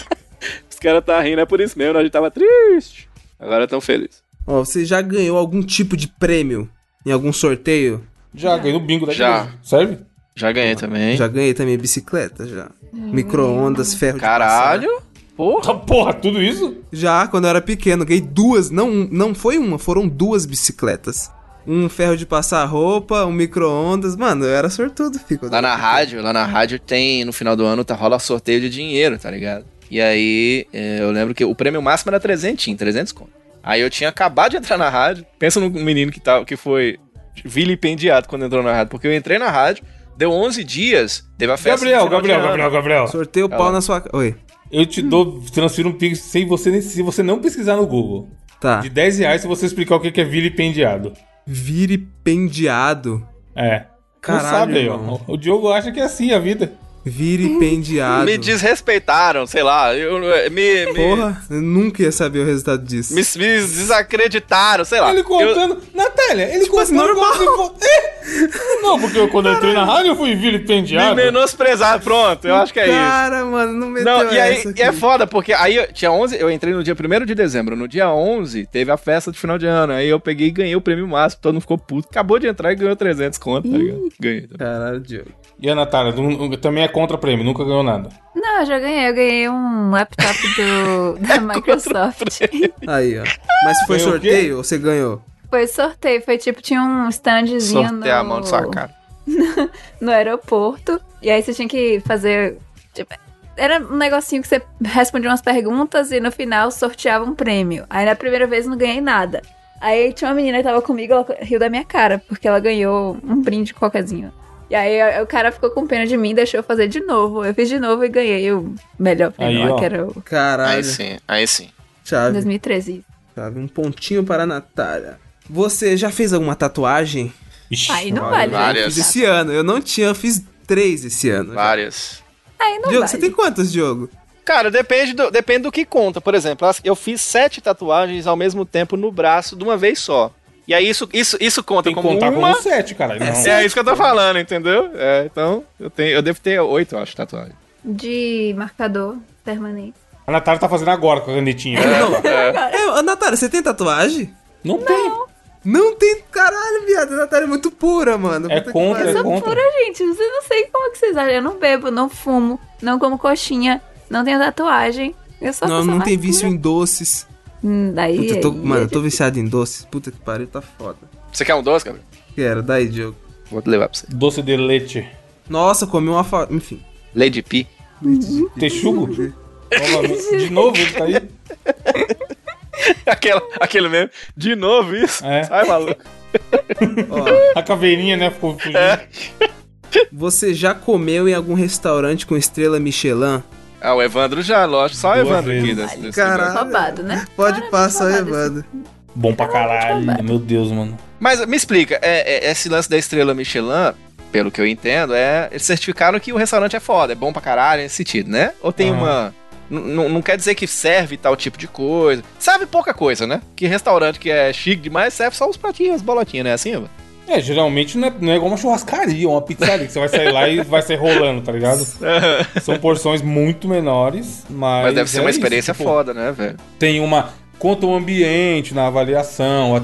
Os caras tá rindo, é por isso mesmo. A gente tava triste. Agora tão feliz. Ó, você já ganhou algum tipo de prêmio em algum sorteio? Já ganhei o bingo da Já. igreja. Serve? Já ganhei também. Já ganhei também bicicleta, já. Micro-ondas, ferro de passar. Hum. Caralho. Porra. Tá, porra, tudo isso? Já, quando eu era pequeno, ganhei duas, não, um- não foi uma, foram duas bicicletas. Um ferro de passar roupa, um micro-ondas. Mano, eu era sortudo, fico. Lá na rádio, lá na rádio tem, no final do ano, tá rola sorteio de dinheiro, tá ligado? E aí, é, eu lembro que o prêmio máximo era 300, 300 conto. Aí eu tinha acabado de entrar na rádio. Pensa num menino que, tá, que foi vilipendiado quando entrou na rádio. Porque eu entrei na rádio, deu 11 dias, teve a festa. Gabriel, do final de Gabriel, ano. Gabriel, Gabriel. Sorteio o pau na sua. ca- Oi. Eu te dou, transfiro um pix sem você, nem- se você não pesquisar no Google. Tá. Ah. De 10 reais se você explicar o que que é vilipendiado. Viripendiado. É. Caralho, não sabe aí, ó. irmão. O Diogo acha que é assim a vida. Viripendiado. Me desrespeitaram, sei lá. Eu, me, me, Porra, eu nunca ia saber o resultado disso. me, me desacreditaram, sei lá. Ele Ah, Eu- Tipo contando. Natália, ele assim, contando normal. como se fosse- É. Não, porque eu, quando eu entrei na rádio eu fui me vilipendiado. menosprezaram, pronto, eu acho que é isso. Cara, mano, não meteu Não, e aí essa aqui. e é foda, porque aí eu tinha 11, eu entrei no dia 1 de dezembro, no dia 11 teve a festa de final de ano, aí eu peguei e ganhei o prêmio máximo, todo mundo ficou puto, acabou de entrar e ganhou 300 conto, tá ligado? Ganhei. Caralho, Diogo. E a Natália, não- não- também é contra prêmio, nunca ganhou nada. Não, eu já ganhei. Eu ganhei um laptop do, da Microsoft. Aí, ó. Mas foi Ganhou o quê? sorteio ou você ganhou? Foi sorteio. Foi tipo, tinha um standzinho Sorteio a no... mão de sua cara. no aeroporto. E aí você tinha que fazer. tipo, era um negocinho que você respondia umas perguntas e no final sorteava um prêmio. Aí na primeira vez não ganhei nada. Aí tinha uma menina que tava comigo, ela riu da minha cara, porque ela ganhou um brinde qualquerzinho. E aí a- o cara ficou com pena de mim, deixou eu fazer de novo. Eu fiz de novo e ganhei o melhor prêmio Aí, lá, ó. que era o Caralho. Aí sim, aí sim. Chave, 2013. chave. Um pontinho para a Natália. Você já fez alguma tatuagem? Ixi, Aí não Maria. vale. né? várias. Fiz esse ano. Eu não tinha, eu fiz três esse ano. Várias. Aí não Diogo, vale. você tem quantas, Diogo? Cara, depende do, depende do que conta. Por exemplo, as- eu fiz sete tatuagens ao mesmo tempo no braço de uma vez só. E aí isso, isso, isso conta Tem que como contar uma... como 7, caralho. Não. É isso que eu tô falando, entendeu? É, então, eu, tenho, eu devo ter oito, eu acho, tatuagens. De marcador permanente. A Natália tá fazendo agora com a canetinha. Não. É, ô, Natália, você tem tatuagem? Não, tem. Não tem. Caralho, viado. A Natália é muito pura, mano. É Puta que contra, pariu. é Eu sou contra. pura, gente. Vocês não sei como que vocês acham. Eu não bebo, não fumo, não como coxinha, não tenho tatuagem. Eu sou a Não, pessoa não tem mais vício pura. em doces. Hum, daí. Puta, eu tô, né? aí- mano, eu tô viciado em doces. Puta que pariu, tá foda. Você quer um doce, Gabriel? Quero, daí, Diogo. Vou levar pra você. Doce de leite. Nossa, comi uma fa... Enfim. Lady P. Texugo? Novamente. De novo ele tá aí. Aquela, aquele mesmo. De novo isso? É. Sai, maluco. Ó, A caveirinha, né? Ficou fugindo. você já comeu em algum restaurante com estrela Michelin? Ah, o Evandro já, lógico. Só o Duas Evandro aqui. vezes. Desse, desse Caralho. Roubado, né? Pode Para passar, de falar Evandro. Bom pra caralho. Meu Deus, mano. negócio. Mas me explica, é, é- esse lance da estrela Michelin pelo que eu entendo, é. Eles certificaram que o restaurante é foda, é bom pra caralho nesse sentido, né? Ou tem Aham. uma. n- n- Não quer dizer que serve tal tipo de coisa. Serve pouca coisa, né? Que restaurante que é chique demais serve só os pratinhos, as bolotinhas, né? Assim, mano? É, geralmente não é, não é igual uma churrascaria, uma pizzaria, que você vai sair lá e vai sair rolando, tá ligado? São porções muito menores, mas. Mas deve ser é uma isso, experiência tipo, foda, né, velho? Tem uma. Conta o ambiente na avaliação, o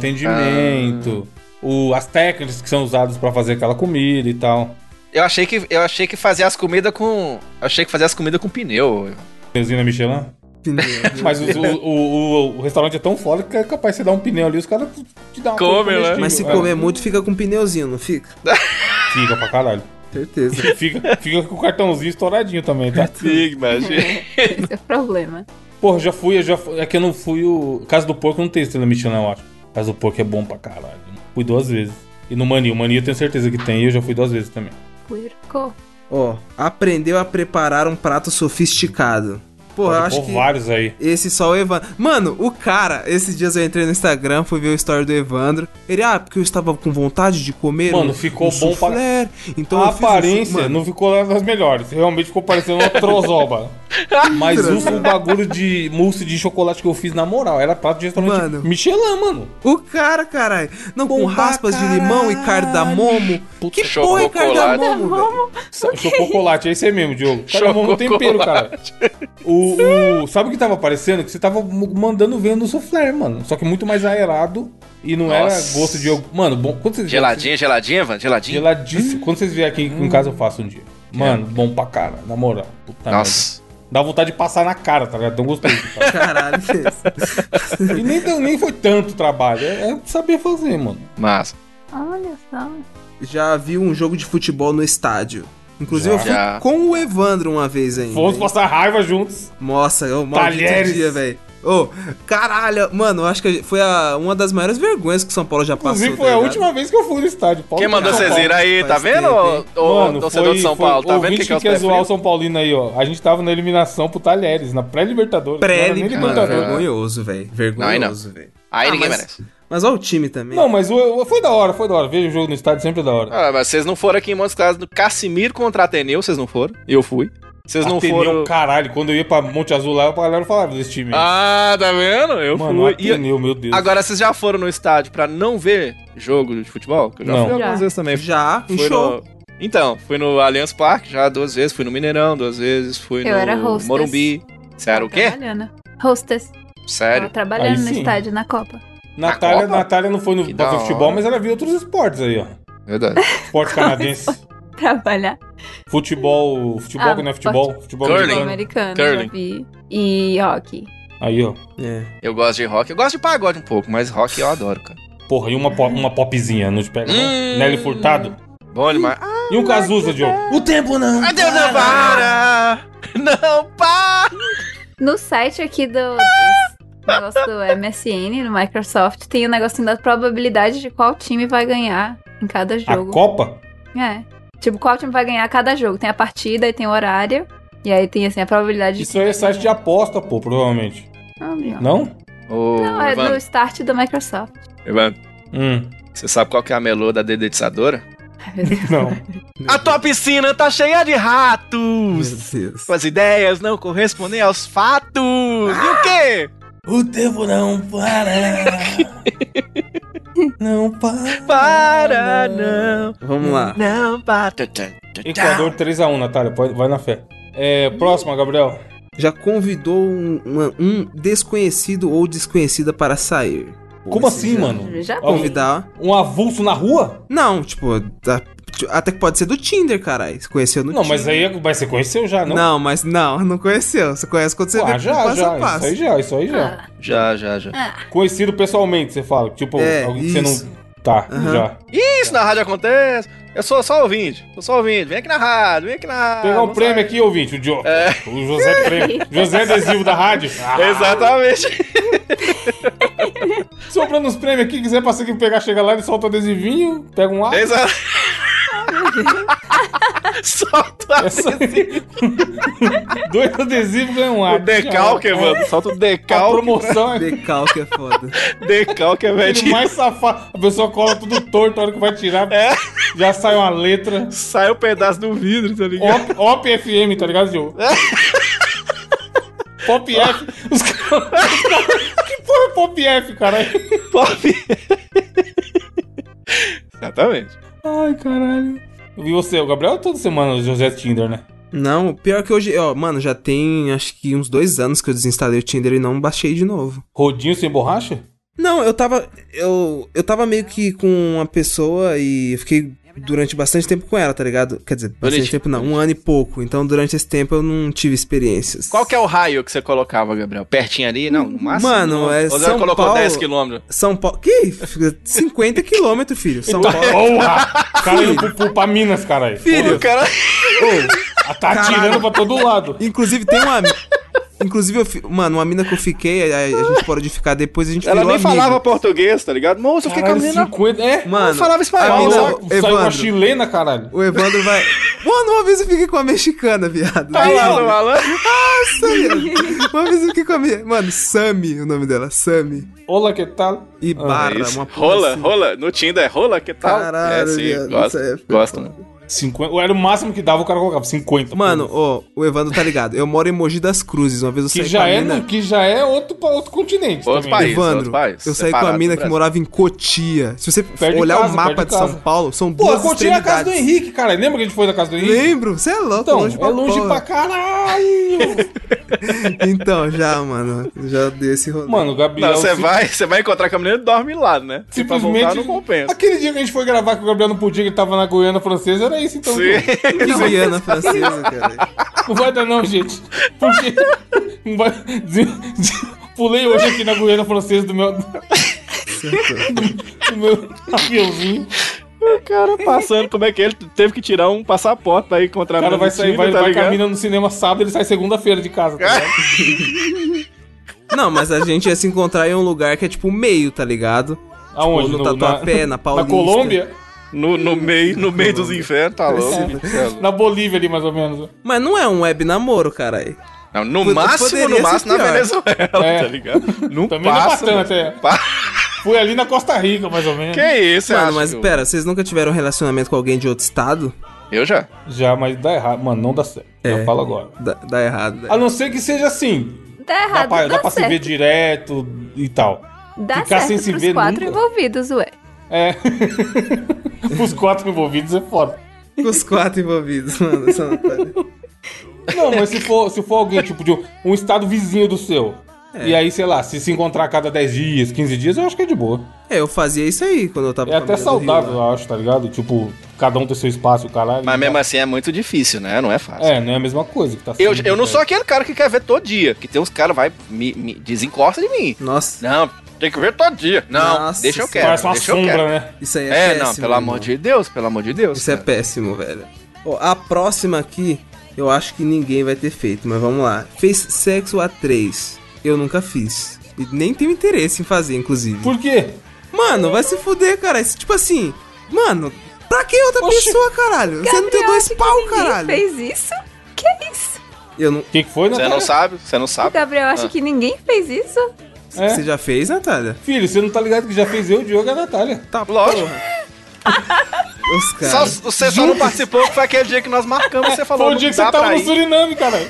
atendimento, o, as técnicas que são usadas pra fazer aquela comida e tal. Eu achei que eu achei que fazia as comidas com, eu achei que fazia as comidas com pneu. Teusina Michelin? Mas os- o, o- o- o restaurante é tão foda que é capaz de você dar um pneu ali e os caras te dão uma Come, coisa né? comestível. Mas se É, comer muito, fica com um pneuzinho, não fica? Fica pra caralho. Certeza. Fica, fica com o cartãozinho estouradinho também, tá? Esse é o problema. Porra, já fui, eu já fui. É que eu não fui o. Casa do Porco não tem estrela Michelin, eu acho. Casa do Porco é bom pra caralho. Fui duas vezes. E no Mania, o Mania eu tenho certeza que tem, e eu já fui duas vezes também. Puerco. Ó, aprendeu a preparar um prato sofisticado. Porra, eu Pô, acho que vários aí. esse só o Evandro. Mano, o cara, esses dias eu entrei no Instagram, fui ver o story do Evandro. Ele, ah, porque eu estava com vontade de comer. Mano, um- ficou um bom pra- soufflé, Então a eu fiz um aparência sou- mano, não ficou lá das melhores. Realmente ficou parecendo uma trozoba. Mas usa o bagulho de mousse de chocolate que eu fiz na moral. Era prato de restaurante Mano. Michelin, mano. O cara, caralho. Não, Bom com pra raspas de limão e caralho. cardamomo. Puta, que porra é chocolate. cardamomo, velho? Chocolate, é isso aí mesmo, Diogo. Cada um no tempero, cara. O, o- sabe o que tava parecendo? Que você tava m- mandando ver no soufflé, mano. Só que muito mais aerado e não Nossa. era gosto de... Mano, bom, quando vocês Geladinha, geladinha, Van, geladinha. Geladíssimo. Quando vocês vierem aqui Hum. em casa, eu faço um dia. é. Mano, bom pra cara, na moral. Puta Nossa. merda. Dá vontade de passar na cara, tá ligado? Tão gostoso. cara. Caralho, esse. e nem, deu- nem foi tanto trabalho. É, é saber fazer, mano. Mas Olha só. tá Já vi um jogo de futebol no estádio. Inclusive, eu fui Já. com o Evandro uma vez ainda. Fomos passar raiva juntos. Nossa, eu maldito Talheres. dia, velho. Ô, caralho, mano, eu acho que foi a- uma das maiores vergonhas que o São Paulo já passou. Inclusive, tá foi a ligado? última vez que eu fui no estádio. Paulo quem que mandou São vocês Paulo. irem aí, tá faz vendo, tempo, ô, hein? ô torcedor de São Paulo? Tá vendo ouvinte o que, que é os quer zoar o preferidos? São Paulino aí, ó. A gente tava na eliminação pro Talheres, na pré-Libertadores. Pré-Libertadores. Não, era nem Mano, Libertadores. Ah, vergonhoso, velho. aí não. Vergonhoso, velho. Aí Ah, ninguém mas- merece. Mas olha o time também. não, mas o- o- foi da hora, foi da hora. Veja o jogo no estádio, sempre é da hora. Ah, mas vocês não foram aqui em Montes Claros do Casimiro contra Ateneu, vocês não foram? Eu fui. Vocês não Ateneu, foram. caralho. Quando eu ia pra Monte Azul lá, a galera falava desse time. aí. Ah, tá vendo? Eu Mano, fui. E- Ateneu, meu Deus. agora vocês já foram no estádio pra não ver jogo de futebol? Que eu já Não. fui algumas Já. vezes também. Já, um Fui show. no... Então, fui no Allianz Parque já duas vezes, fui no Mineirão duas vezes, fui Eu no era hostess. Morumbi. Você era o quê? Trabalhando. Hostess. Tava Sério? Aí trabalhando no sim. estádio, na Copa. Natália, Copa? Natália não foi no Que pra da futebol, hora. mas ela viu outros esportes aí, ó. Ah. Verdade. Esporte canadense. Trabalhar. Futebol. Futebol Ah, que não é futebol. Futebol Curling. Futebol americano. americano, Curling. já vi. E hockey. Aí, ó. É. Eu gosto de rock. Eu gosto de pagode um pouco, mas rock eu adoro, cara. Porra, e uma, po- uma popzinha, não te pega? não? Hum. Nelly Furtado. Bom demais. Ah, E um Cazuza, Diogo. O tempo não. Deus, não para! Não para! No site aqui do, Ah! do negócio do MSN, no Microsoft, tem o negocinho da probabilidade de qual time vai ganhar em cada A jogo. Copa? É. Tipo, qual time vai ganhar cada jogo. Tem a partida e tem o horário. E aí tem, assim, a probabilidade de... Isso aí é site de aposta, pô, provavelmente. Ah, meu. Não? Ô, Não, é do Evandro, start do Microsoft. Evandro, Hum. você sabe qual que é a melô da dedetizadora? Ai, meu Deus. Não. A tua piscina tá cheia de Meu ratos! Deus. Suas ideias não correspondem aos fatos! E o quê? o tempo não para. não para. Para, não, Vamos lá. não, para. Equador 3x1, Natália. Pode, vai na fé. É, próxima, Gabriel. Já convidou um, uma- um desconhecido ou desconhecida para sair. Como Esse assim, já- mano? Já Convidar. Um avulso na rua? Não, tipo, tá- até que pode ser do Tinder, caralho. Você conheceu no Não, Tinder. mas aí é- mas você conheceu já, não? Não? mas não, não conheceu. Você conhece quando você um Ah, vê já, passo já. a passo. Isso aí já, isso aí já. Ah, Já, já, já. Conhecido pessoalmente, você fala. Tipo, É, alguém que você isso. não. Tá, Aham. já. Isso na rádio acontece. Eu sou só ouvinte. Eu sou ouvinte. Vem aqui na rádio, vem aqui na rádio. Pegar um Ah, Não prêmio sai. aqui, ouvinte, o Diogo. É. O José Prêmio. José Adesivo da rádio. Ah, Exatamente. Sobrando uns prêmios aqui, quiser passar aqui pegar, chega lá, ele solta o adesivinho, pega um ar. Exa- Solta o Essa aí- Dois adesivos ganham um ar. o é. decalque, mano. Solta o A decalque. promoção é Decalque é foda. Decalque é aquele velho. mais safado. A pessoa cola tudo torto, a hora que vai tirar, É. já sai uma letra. Sai um pedaço do vidro, tá ligado? Op, Op FM, tá ligado, Gil? É. Pop F. Os caras. os caras- Que porra é Pop F, cara? Exatamente. Ai, caralho. E você, o Gabriel toda semana o José Tinder, né? Não, o pior é que hoje, ó, mano, já tem acho que uns dois anos que eu desinstalei o Tinder e não baixei de novo. Rodinho sem borracha? Não, eu tava. Eu, eu tava meio que com uma pessoa e eu fiquei durante bastante tempo com ela, tá ligado? Quer dizer, bastante Durante- tempo não, um ano e pouco. Então durante esse tempo eu não tive experiências. Qual que é o raio que você colocava, Gabriel? Pertinho ali? Não, no máximo? Mano, não. é Ou você São colocou Paulo. 10 quilômetros? São Paulo. Que? 50 quilômetros, filho. São Então- Paulo. Porra! O cara indo pro- pro- pra Minas, caralho. Filho, O cara... Tá atirando pra todo lado. Inclusive tem uma. Inclusive, eu fi- mano, uma mina que eu fiquei, a, a gente parou de ficar depois, a gente Ela virou nem amigo. falava português, tá ligado? Moço, eu fiquei Caralho, caminhando. 50. É? Mano, Ela falava espanhol, a mina- saca? Saiu uma Evandro, chilena, caralho. o Evandro vai. Mano, uma vez eu fiquei com a mexicana, viado. Falando, falando. Nossa, viado. Uma vez eu fiquei com a minha. Mano, Sami, o nome dela, Sami. Olá, que tal? E barra, Ah, Isso. uma porra Rola, assim. rola. No Tinder é rola, que tal? Caralho, é, sim, viado, gosto. isso aí é foda. gosto, né? mano. 50. Era o máximo que dava, o cara colocava 50. Mano, ó, o Evandro tá ligado. Eu moro em Mogi das Cruzes. Uma vez eu Que saí já, com a é, mina. que já é outro, pa- outro continente. Outro também. né? país. Evandro, outro país, eu saí com separado a do mina que Brasil. morava em Cotia. Se você Perto de olhar casa, o perto mapa de de São casa. Paulo, são Pô, eu duas curti a casa do extremidades. Henrique, cara. Lembra que a gente foi na casa do Henrique? Lembro, você é louco, Então, longe é longe porra. pra caralho. Então, já, mano. Já deu esse rolê. Mano, o Gabriel... Não, você sim- vai, você vai encontrar com a menina e dorme lá, né? Porque pra Simplesmente. voltar, não compensa. Aquele dia que a gente foi gravar que o Gabriel não podia, que ele tava na Guiana Francesa, era isso é então. Ju. Sim. que Guiana francesa, cara. Não vai dar não, gente. Porque. Não vai... Pulei hoje aqui na Guiana Francesa do meu. do é é meu aviãozinho. O cara passando, como é que ele teve que tirar um passaporte pra ir encontrar O cara menina vai no sair, Tinder, vai, tá vai ligado? caminhando no cinema sábado, ele sai segunda-feira de casa. Tá ligado? Não, mas a gente ia se encontrar em um lugar que é tipo meio, tá ligado? Aonde? Tipo, no Tatuapé, na Paulista. Na Colômbia? No, no meio, no meio dos infernos, tá louco. bicho. Na Bolívia ali, mais ou menos. Mas não é um web namoro, caralho. Não, no Pod- máximo, poderia no ser máximo na pior. Venezuela, É. tá ligado? Não Também passa. não mano. bastante, é. Pa- Foi ali na Costa Rica, mais ou menos. Que isso, Mano, mano? mas pera, vocês nunca tiveram um relacionamento com alguém de outro estado? Eu já. Já, mas dá errado. Mano, não dá certo. É. Já falo agora. Dá, dá errado. né? Dá. A não ser que seja assim. Tá Dá errado, pra, dá dá, pra se ver certo. direto e tal. Dá ficar sem certo se pros ver quatro nunca. envolvidos, ué. É. Os quatro envolvidos é foda. Com os quatro envolvidos, mano. Essa Natália. Não, mas se for, se for alguém, tipo, de um, um estado vizinho do seu. É. E aí, sei lá, se se encontrar a cada 10 dias, 15 dias, eu acho que é de boa. é, eu fazia isso aí quando eu tava É com até a mina do Rio, né? saudável, lá. eu acho, tá ligado? Tipo, cada um tem seu espaço, o caralho. né? Mas mesmo assim é muito difícil, né? Não é fácil. É, não é a mesma coisa que tá Eu, sendo, eu não né? sou aquele cara que quer ver todo dia. Que tem uns caras, vai, me, me desencosta de mim. Nossa, Não, tem que ver todo dia. Não, Nossa deixa eu quero. Parece uma deixa eu quero. sombra, né? isso aí é, É, péssimo. não, pelo amor irmão. de Deus, pelo amor de Deus. Isso é cara. péssimo, velho. Ó, a próxima aqui, eu acho que ninguém vai ter feito, mas vamos lá. Fez sexo a três. Eu nunca fiz. E nem tenho interesse em fazer, inclusive. Por quê? Mano, vai se fuder, cara. Isso, tipo assim, mano, pra que outra Oxi. pessoa, caralho? Você não tem Gabriel, dois acho que pau, ninguém caralho. fez isso? Que isso? Eu não. O que, que foi, Você Natália? não sabe, você não O sabe. Gabriel acha Ah. que ninguém fez isso? É. Você já fez, Natália? Filho, você não tá ligado que já fez eu, o Diogo e a Natália. Tá, Lógico. Os Só- caras. você só não participou que foi aquele dia que nós marcamos e você falou. Foi o dia não que você dá tava pra no ir. Suriname, caralho.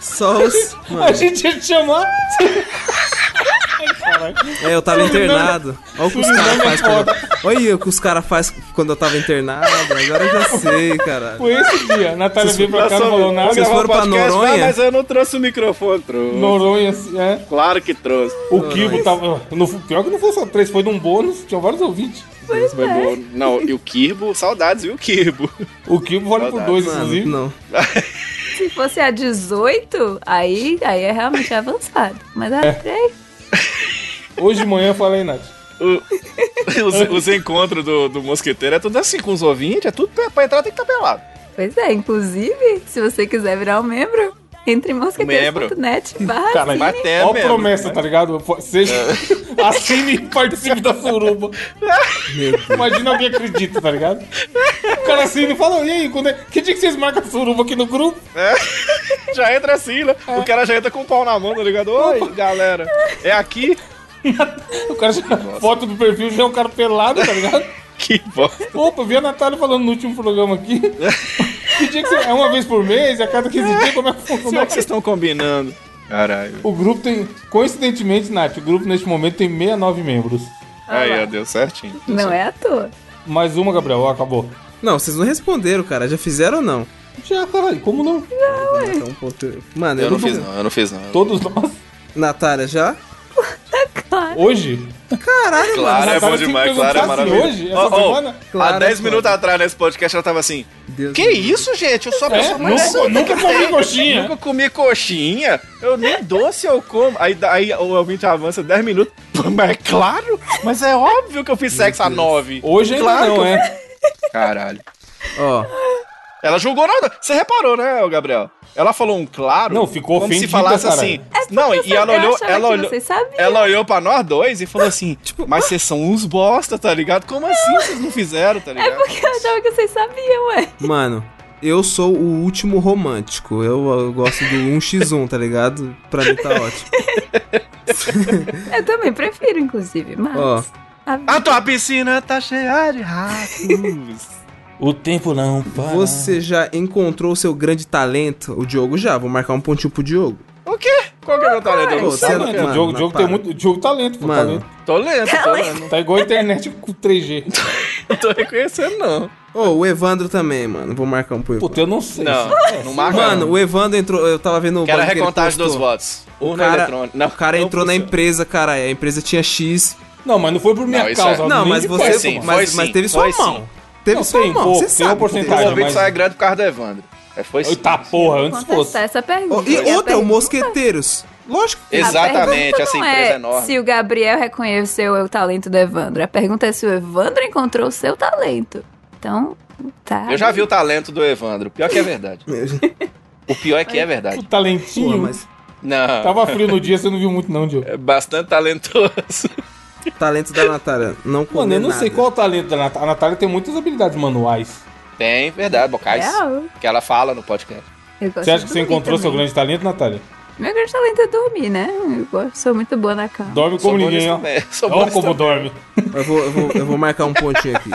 Só os. A Mano, gente ia te chamar. Ai, caralho. é, eu tava internado. Olha o que os Suriname caras é fazem quando. foda. Olha o que os caras fazem quando eu tava internado. Agora eu já sei, caralho. Foi esse dia. A Natália veio pra cá, não falou nada. vocês foram pra podcast, Noronha? ah, Mas eu não trouxe o microfone, trouxe. Noronha, assim, é. Claro que trouxe. O Kibo tava. Não, pior que não foi só três, foi de um bônus, tinha vários ouvintes. Deus, foi bom. Não, e o Kirbo, saudades, viu, Kirbo? O Kibo vale por Saudade. dois, Mano, inclusive. não. Se fosse a 18, aí, aí é realmente avançado. Mas É. a 3, Hoje de manhã eu falei, Nath. O- os, os encontros do, do mosqueteiro é tudo assim, com os ouvintes, é tudo pra, pra entrar tem que estar tá pelado. pois é, inclusive, se você quiser virar um membro, Entre mosqueteiros.net Tá barra assim, Caralho, Cine. É Até ó a mesmo. né? promessa, tá ligado? Seja... Assine e participe da suruba. Imagina alguém acredita, tá ligado? O cara assina e fala, e aí, quando é... que dia que vocês marcam a suruba aqui no grupo? Já entra assim, né? O cara já entra com o pau na mão, tá ligado? Oi, galera. É aqui? O cara já... foto do perfil já é um cara pelado, tá ligado? Que bosta. Opa, vi a Natália falando no último programa aqui. Que dia que você... É uma vez por mês? É a cada 15 dias? Como é que Como funciona? é que vocês estão combinando? Caralho. O grupo tem... Coincidentemente, Nath, o grupo neste momento tem 69 membros. Aí, ó, deu certinho. Ah Não é à toa. Mais uma, Gabriel. Ó, acabou. Não, vocês não responderam, cara. Já fizeram ou não? Já, caralho, como não? Então, ponto- Mano, Eu não fiz, não, eu não fiz, não. Todos nós. Natália, já? Hoje? Caralho, Claro, é Natália bom tinha demais, que claro, perguntar é se maravilhoso. assim hoje, essa semana? há Claro, 10 é minutos atrás nesse podcast ela tava assim: mano. Deus Que do céu. isso, gente? Eu sou a É, pessoa mais nunca, nunca comi coxinha. Nunca comi coxinha, eu nem doce eu como. Aí, aí o ouvinte avança 10 minutos. Pô, Mas é claro, mas é óbvio que eu fiz sexo a 9. Hoje ainda Claro que não, eu- é. Caralho. Ó, Ela julgou nada. Você reparou, né, ô Gabriel? Ela falou um claro. Não, ficou como se ofendida, falasse caralho. assim. Não, e ela Eu olhou, É achava ela que olhou, Vocês sabiam. Tipo, ela olhou pra nós dois e falou assim: mas vocês são uns bosta, tá ligado? Como assim vocês não fizeram, tá É ligado? porque eu achava que vocês sabiam, ué. mano, eu sou o último romântico. Eu, eu gosto do 1x1, tá ligado? Pra mim tá ótimo. Eu também prefiro, inclusive, mas. Ó. A- A tua piscina tá cheia de ratos. O tempo não para. Você já encontrou o seu grande talento? O Diogo já. Vou marcar um pontinho pro Diogo. o quê? Qual que é o meu talento? Eu Pô, não sei. você- o Diogo, Mano, o Diogo para. tem muito. O Diogo talento, pô. Mano. Talento. Tô lendo, tô lendo. Tá igual a internet com 3G. Não tô reconhecendo, não. Ô, o Evandro também, mano. Vou marcar um pro Evandro. Puta, eu não sei. é Não, não marca. Mano, Mano, o Evandro entrou. Eu tava vendo o quero a bagulho que ele recontagem dos postou. votos. O Urna cara, eletrônica. Não, o cara não entrou na funciona. empresa, cara. A empresa tinha X. Não, mas não foi por minha Não, isso causa. é- Não, nem assim. mas de você. perto, sim, mano. mas, foi sim, mas teve foi sua mão. sim. Teve Não, sua tem, mão. pô, Você tem sabe. uma que teve. O porcentagem. convite mas- um. saiu grande por causa do Evandro. É, foi sim. Eita porra, antes Contestar fosse. tá, essa pergunta. Ó, porque e a outra, o pergunta- Mosqueteiros. Lógico que a é Exatamente, pergunta essa não empresa é é enorme. Se o Gabriel reconheceu o talento do Evandro. A pergunta é se o Evandro encontrou o seu talento. Então, tá. Eu já vi o talento do Evandro. Pior que é verdade. O pior é que é verdade. O talentinho. Pô, mas Não. Tava frio no dia, você não viu muito, não, Diogo. É bastante talentoso. talento da Natália, não comer Mano, eu não nada. sei qual é o talento da Natália. A Natália tem muitas habilidades manuais. Tem, verdade, bocais. Real. Que ela fala no podcast. Eu gosto Você acha de que você dormir encontrou seu também. grande talento, Natália? Meu grande talento é dormir, né? Eu gosto- sou muito boa na cama. Dorme Sou como ninguém, bonito ó. também, Sou Olha bonito como também. dorme. Eu vou, eu, vou, eu vou marcar um pontinho aqui.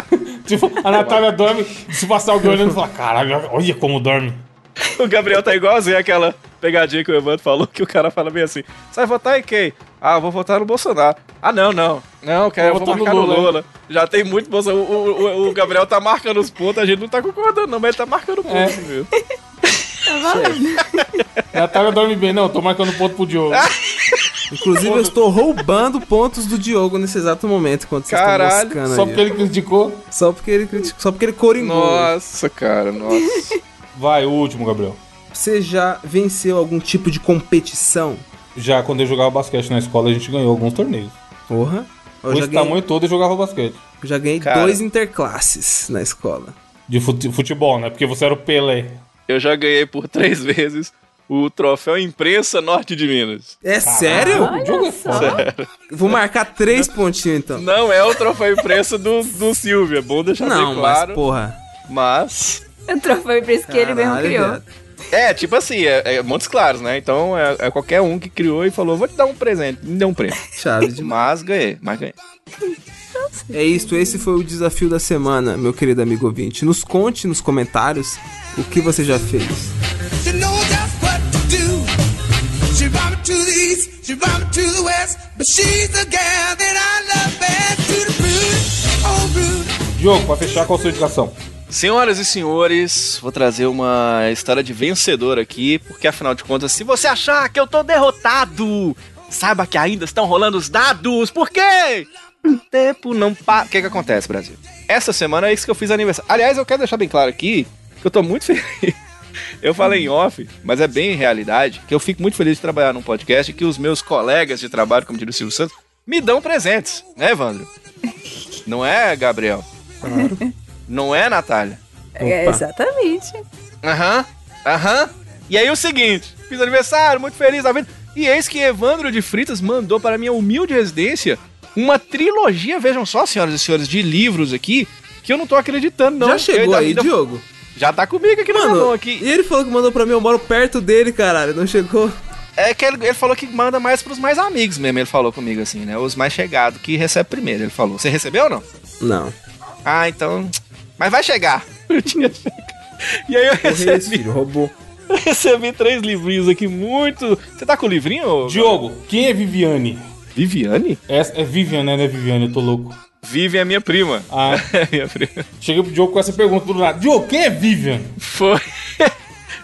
Tipo, a Natália dorme, se passar alguém olhando e falar, caralho, olha como dorme. O Gabriel tá igualzinho aquela pegadinha que o Evandro falou, que o cara fala bem assim: você vai votar em quem? Ah, eu vou votar no Bolsonaro. Ah, não, não. Não, cara, eu Vou vou votar no marcar no Lula. Lula. Já tem muito Bolsonaro. O, o- o- o Gabriel tá marcando os pontos, a gente não tá concordando, não, mas ele tá marcando pontos. É. viu? Natália dorme bem, não, tô marcando ponto pro Diogo. Ah, Inclusive, eu estou roubando pontos do Diogo nesse exato momento, enquanto vocês Caralho, estão moscando Só aí, porque ó. ele criticou. Só porque ele criticou, só porque ele coringou. Nossa, cara, nossa. Vai, o último, Gabriel. Você já venceu algum tipo de competição? Já quando eu jogava basquete na escola, a gente ganhou alguns torneios. Porra. Eu Com já esse ganhei, tamanho todo, eu jogava basquete. já ganhei tá Cara. dois interclasses na escola. De fute- futebol, né? Porque você era o Pelé. Eu já ganhei por três vezes o troféu imprensa norte de Minas. É sério? O jogo é foda. Vou marcar três pontinhos, então. Não é o troféu imprensa do, do Silvio, é bom deixar Não, bem mas claro. porra. mas... O troféu pra isso que ele mesmo Caralho, criou. viado. É, tipo assim, é, é Montes Claros, né? Então é, é qualquer um que criou e falou, vou te dar um presente. Me deu um prêmio. Chave de Mas ganhei, mas ganhei. É isto, esse foi o desafio da semana, meu querido amigo ouvinte. Nos conte nos comentários o que você já fez. She knows just what to do. She brought me to the east, she brought me to the west, but she's the gal that I love best. To the root, oh root. Diogo, pra fechar, qual a sua indicação? Senhoras e senhores, vou trazer uma história de vencedor aqui, porque afinal de contas, se você achar que eu tô derrotado, saiba que ainda estão rolando os dados. Por quê? O tempo não para. O que que acontece, Brasil? Essa semana é isso que eu fiz aniversário. Aliás, eu quero deixar bem claro aqui que eu tô muito feliz. Eu falei em off, mas é bem realidade, que eu fico muito feliz de trabalhar num podcast e que os meus colegas de trabalho, como diria o Silvio Santos, me dão presentes, né, Evandro? Não é, Gabriel? Não é, Natália? É, exatamente. Aham, aham. E aí o seguinte, fiz aniversário, muito feliz da vida. E eis que Evandro de Fritas mandou para minha humilde residência uma trilogia, vejam só, senhoras e senhores, de livros aqui, que eu não tô acreditando, não. Já chegou Eu ainda- aí, ainda- Diogo? Já tá comigo aqui na minha mão Mano, aqui. e ele falou que mandou pra mim, eu moro perto dele, caralho. Não chegou? É que ele, ele falou que manda mais pros mais amigos mesmo, ele falou comigo assim, né? Os mais chegados que recebe primeiro, ele falou. Você recebeu ou não? Não. Ah, então. Mas vai chegar. Eu tinha chegado. E aí eu Correio, recebi, é filho, roubou. eu recebi três livrinhos aqui, muito. Você tá com o livrinho? ô? Diogo, quem é Viviane? Viviane? Essa é Viviane, né? Não é Viviane, eu tô louco. Vivian é minha prima. Ah, É minha prima. cheguei pro Diogo com essa pergunta do lado. Diogo, quem é Vivian? Foi.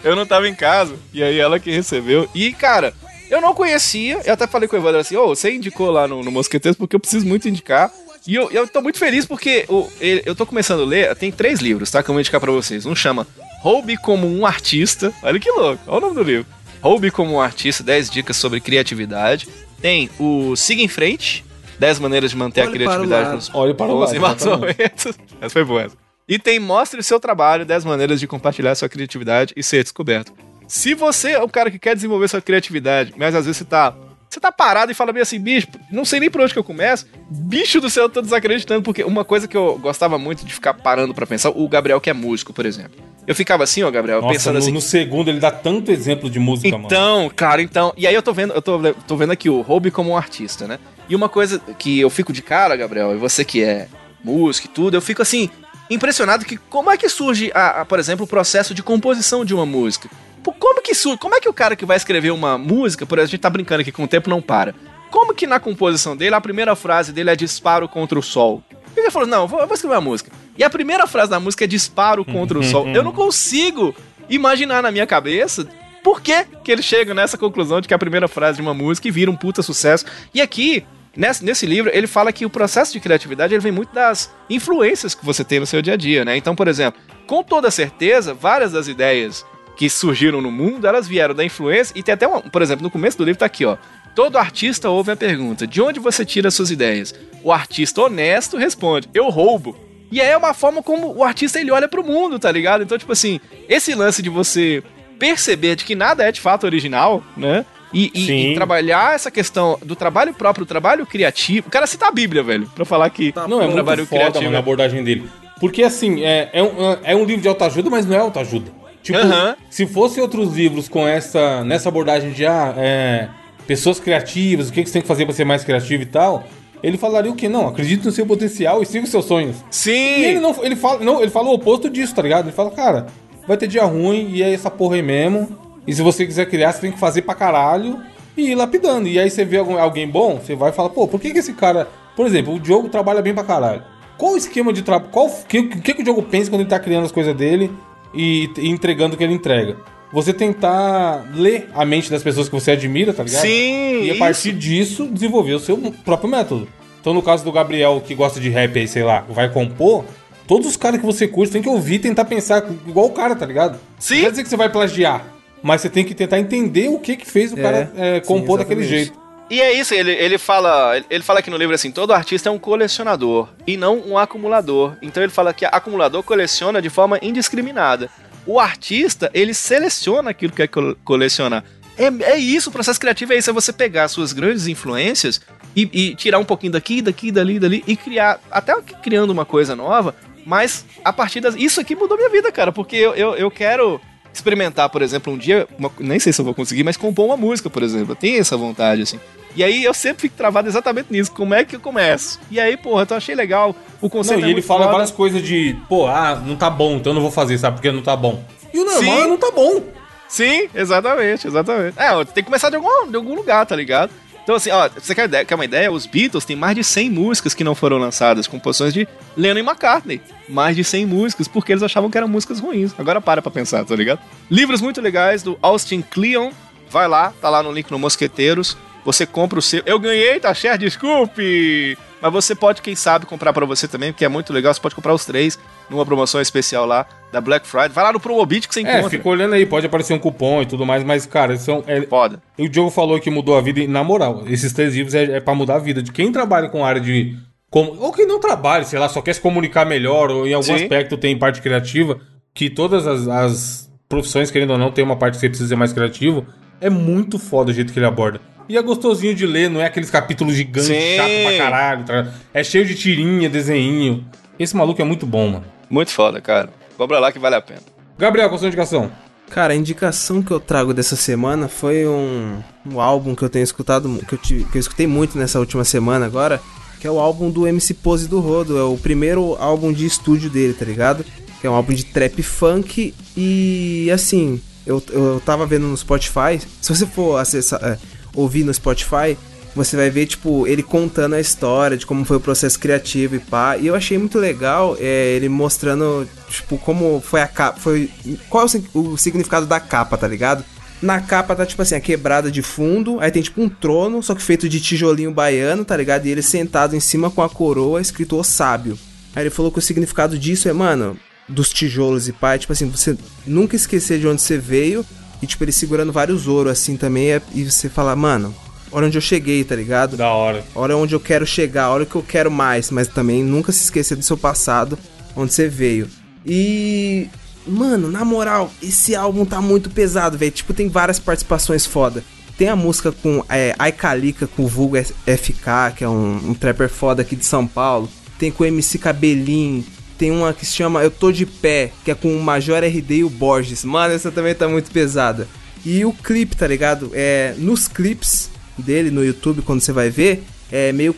Eu não tava em casa. E aí ela que recebeu. E, cara, eu não conhecia. Eu até falei com o Evandro assim, ô, você indicou lá no, no Mosqueteiros porque eu preciso muito indicar. E eu, eu tô muito feliz porque o- ele- eu tô começando a ler. Tem três livros, tá? Que eu vou indicar pra vocês. Um chama Roube como um Artista. Olha que louco. Olha o nome do livro. Roube como um Artista, 10 dicas sobre criatividade. Tem o Siga em Frente, 10 maneiras de manter a Olhe para o criatividade lado. nos Olha para o lado, 11 mais ou menos. Essa foi boa. essa. E tem Mostre o seu trabalho, 10 maneiras de compartilhar sua criatividade e ser descoberto. Se você é um cara que quer desenvolver sua criatividade, mas às vezes você tá, você tá parado e fala meio assim, bicho, não sei nem por onde que eu começo. Bicho do céu, eu tô desacreditando, porque uma coisa que eu gostava muito de ficar parando pra pensar, o Gabriel que é músico, por exemplo. Eu ficava assim, ó, Gabriel, Nossa, pensando no, assim, no segundo ele dá tanto exemplo de música, mano. então, cara, então. E aí eu tô vendo, eu tô, le- tô vendo aqui o Hobby como um artista, né? E uma coisa que eu fico de cara, Gabriel, e você que é músico e tudo, eu fico assim, impressionado que como é que surge, a, a, por exemplo, o processo de composição de uma música. Pô, Como que surge? Como é que o cara que vai escrever uma música, por exemplo, a gente tá brincando aqui com o tempo não para. Como que na composição dele, a primeira frase dele é disparo contra o sol? Ele falou, não, eu vou, eu vou escrever uma música. E a primeira frase da música é disparo contra o sol. Eu não consigo imaginar na minha cabeça por que, que eles chegam nessa conclusão de que a primeira frase de uma música e vira um puta sucesso. E aqui, nesse, nesse livro, ele fala que o processo de criatividade ele vem muito das influências que você tem no seu dia a dia, né? Então, por exemplo, com toda certeza, várias das ideias que surgiram no mundo, elas vieram da influência e tem até uma, por exemplo, no começo do livro tá aqui, ó. Todo artista ouve a pergunta: "De onde você tira suas ideias?". O artista honesto responde: "Eu roubo". E aí é uma forma como o artista ele olha pro mundo, tá ligado? Então, tipo assim, esse lance de você perceber de que nada é de fato original, né? E, e- Sim. e trabalhar essa questão do trabalho próprio, do trabalho criativo. O cara cita a Bíblia, velho, pra falar que Não, é muito um trabalho foda, criativo. né? mano, a abordagem dele. Porque, assim, é, é, um, é um livro de autoajuda, mas não é autoajuda. Tipo, Aham. se fossem outros livros com essa... Nessa abordagem de, ah, é, Pessoas criativas, o que, que você tem que fazer pra ser mais criativo e tal... Ele falaria o quê? Não, acredite no seu potencial e siga os seus sonhos. E ele Sim! não, ele fala, não, ele fala o oposto disso, tá ligado? Ele fala, cara, vai ter dia ruim e é essa porra aí mesmo. E se você quiser criar, você tem que fazer pra caralho e ir lapidando. E aí você vê algum- alguém bom, você vai e fala, pô, por que, que esse cara. Por exemplo, o Diogo trabalha bem pra caralho. Qual o esquema de trabalho? Qual o que, que, que o Diogo pensa quando ele tá criando as coisas dele e, e entregando o que ele entrega? Você tentar ler a mente das pessoas que você admira, tá ligado? Sim! E a isso. partir disso, desenvolver o seu próprio método. Então, no caso do Gabriel, que gosta de rap aí, sei lá, vai compor, todos os caras que você curte tem que ouvir e tentar pensar igual o cara, tá ligado? Sim. Não quer dizer que você vai plagiar, mas você tem que tentar entender o que que fez o É, cara é, sim, compor daquele exatamente. jeito. E é isso, ele, ele fala ele- ele fala aqui no livro assim, todo artista é um colecionador e não um acumulador. Então ele fala que acumulador coleciona de forma indiscriminada. O artista, ele seleciona aquilo que é colecionar. É, é isso, o processo criativo é isso, é você pegar suas grandes influências e, e tirar um pouquinho daqui, daqui, dali, dali e criar, até que criando uma coisa nova, mas a partir das... Isso aqui mudou minha vida, cara, porque eu, eu, eu quero experimentar, por exemplo, um dia, uma- nem sei se eu vou conseguir, mas compor uma música, por exemplo. Eu tenho essa vontade, assim. E aí eu sempre fico travado exatamente nisso. Como é que eu começo? E aí, porra, então achei legal. O Não, conceito e é ele muito fala foda. várias coisas de, pô, ah, não tá bom, então eu não vou fazer, sabe? Porque não tá bom. E o normal Sim. é não tá bom. Sim, exatamente, exatamente. É, ó, tem que começar de algum, de algum lugar, tá ligado? Então, assim, ó, você quer, ideia- quer uma ideia? Os Beatles têm mais de 100 músicas que não foram lançadas, composições de Lennon e McCartney. Mais de 100 músicas, porque eles achavam que eram músicas ruins. Agora para pra pensar, tá ligado? Livros muito legais do Austin Kleon. Vai lá, tá lá no link no Mosqueteiros. Você compra o seu. Eu ganhei, tá share, desculpe! Mas você pode, quem sabe, comprar pra você também, porque é muito legal. Você pode comprar os três numa promoção especial lá da Black Friday. Vai lá no Promobit que você É, encontra. fica olhando aí, pode aparecer um cupom e tudo mais, mas, cara, são, é, Foda. E o Diogo falou que mudou a vida, e na moral, esses três livros é, é para mudar a vida de quem trabalha com a área de. como- ou quem não trabalha, sei lá, só quer se comunicar melhor, ou em algum Sim. aspecto tem parte criativa, que todas as, as profissões, querendo ou não, tem uma parte que você precisa ser mais criativo. É muito foda o jeito que ele aborda. E é gostosinho de ler, não é aqueles capítulos gigantes, Sim. chato pra caralho. tá ligado? É cheio de tirinha, desenho. Esse maluco é muito bom, mano. Muito foda, cara. Cobra lá que vale a pena. Gabriel, qual a sua indicação? Cara, a indicação que eu trago dessa semana foi um, um álbum que eu tenho escutado, mu- que eu, tive- que eu escutei muito nessa última semana agora, que é o álbum do MC Pose do Rodo, é o primeiro álbum de estúdio dele, tá ligado? Que é um álbum de trap funk e assim, eu, eu tava vendo no Spotify, se você for acessar, é, ouvir no Spotify, você vai ver, tipo, ele contando a história de como foi o processo criativo e pá. E eu achei muito legal é, ele mostrando, tipo, como foi a capa. Foi, qual é o, sig- o significado da capa, tá ligado? Na capa tá, tipo assim, a quebrada de fundo. Aí tem, tipo, um trono, só que feito de tijolinho baiano, tá ligado? E ele sentado em cima com a coroa, escrito O Sábio. Aí ele falou que o significado disso é, mano, dos tijolos e pá. é, Tipo assim, você nunca esquecer de onde você veio. E, tipo, ele segurando vários ouros, assim, também. é- E você falar, mano, olha onde eu cheguei, tá ligado? Da hora. Olha onde eu quero chegar, olha o que eu quero mais, mas também nunca se esqueça do seu passado, onde você veio. E. Mano, na moral, esse álbum tá muito pesado, velho. Tipo, tem várias participações foda. Tem a música com é, Aikalica, com o Vulgo F- FK, que é um, um trapper foda aqui de São Paulo. Tem com o MC Cabelinho. Tem uma que se chama Eu Tô de Pé, que é com o Major RD e o Borges. Mano, essa também tá muito pesada. E o clipe, tá ligado? É, nos clipes, dele no YouTube, quando você vai ver, é meio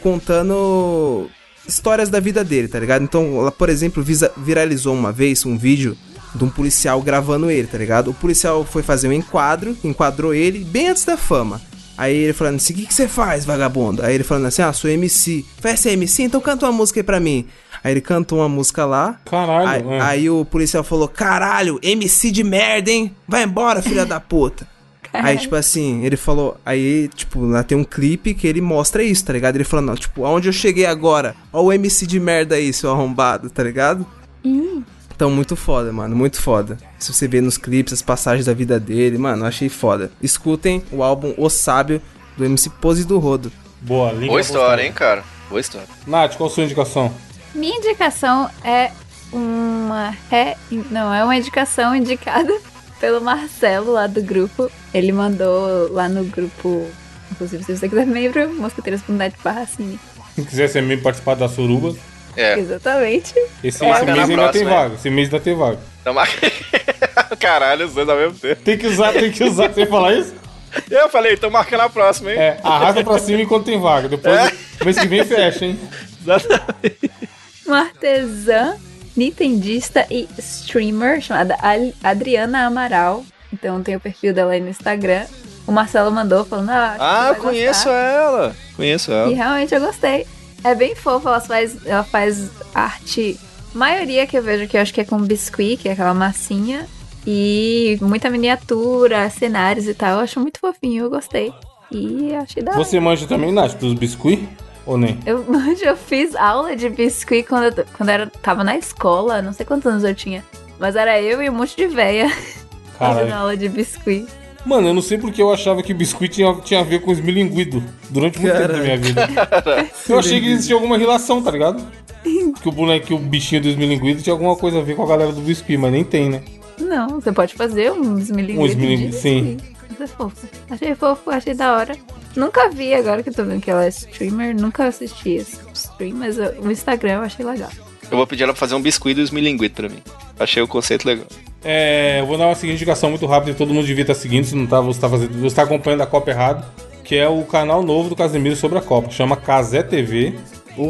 contando histórias da vida dele, tá ligado? Então, lá, por exemplo, visa- viralizou uma vez um vídeo de um policial gravando ele, tá ligado? O policial foi fazer um enquadro, enquadrou ele bem antes da fama. Aí ele falando assim, o que, que você faz, vagabundo? Aí ele falando assim, ah, sou MC. Falei, você é MC? Então canta uma música aí pra mim. Aí ele cantou uma música lá. Caralho, Aí, é. aí o policial falou, caralho, MC de merda, hein? Vai embora, filha da puta. Aí, tipo assim, ele falou. Aí, tipo, lá tem um clipe que ele mostra isso, tá ligado? Ele falando, ó, tipo, aonde eu cheguei agora? Ó o MC de merda aí, seu arrombado, tá ligado? Então, muito foda, mano, muito foda. Se você vê nos clipes as passagens da vida dele, mano, eu achei foda. Escutem o álbum O Sábio do MC Pose do Rodo. Boa, linda. Boa história, hein, cara? Boa história. Nath, qual a sua indicação? Minha indicação é uma ré... Não, é uma indicação indicada pelo Marcelo lá do grupo. Ele mandou lá no grupo, inclusive se você quiser membro, mosqueteiros.net barra cine. Se quiser ser membro e participar da Suruba, É. Exatamente. esse, Marca esse na mês ainda tem próxima, é. vaga. Esse mês ainda tem vaga. Então, mar- Caralho, os dois ao mesmo tempo. Tem que usar, tem que usar sem falar isso? Eu falei, então marca na próxima, hein? É, arrasta pra cima enquanto tem vaga. Depois, É. mês que vem fecha, hein? Uma Um artesã, nintendista e streamer chamada Al- Adriana Amaral. Então tem o perfil dela aí no Instagram. O Marcelo mandou falando, ah, acho que Ah, você vai conheço gostar. ela. Conheço E ela. realmente eu gostei. É bem fofa, ela faz, ela faz arte. Maioria que eu vejo que eu acho que é com biscuit, que é aquela massinha. E muita miniatura, cenários e tal. Eu acho muito fofinho, eu gostei. E achei da hora. Você manja também, Nath, dos biscuits? Ou nem? Eu, eu fiz aula de biscuit quando eu, t- quando eu era, tava na escola, não sei quantos anos eu tinha. Mas era eu e um monte de véia fazendo Caralho. aula de biscuit. Mano, eu não sei porque eu achava que biscuit tinha, tinha a ver com esmilinguido durante muito tempo da minha vida. Eu achei que existia alguma relação, tá ligado? Que o bonequinho, o bichinho do esmilinguido tinha alguma coisa a ver com a galera do biscuit, mas nem tem, né? Não, você pode fazer uns Um milinguitos. esmilingue- sim. Mas é fofo. Achei fofo, achei da hora. Nunca vi, agora que eu tô vendo que ela é streamer, nunca assisti esse stream, mas eu- o Instagram eu achei legal. Eu vou pedir ela pra fazer um biscuit dos milinguitos pra mim. Achei o conceito legal. É, eu vou dar uma seguinte indicação muito rápida, todo mundo devia estar seguindo, se não tá, você tá fazendo, você tá acompanhando a Copa errado, que é o canal novo do Casemiro sobre a Copa, chama Casé TV.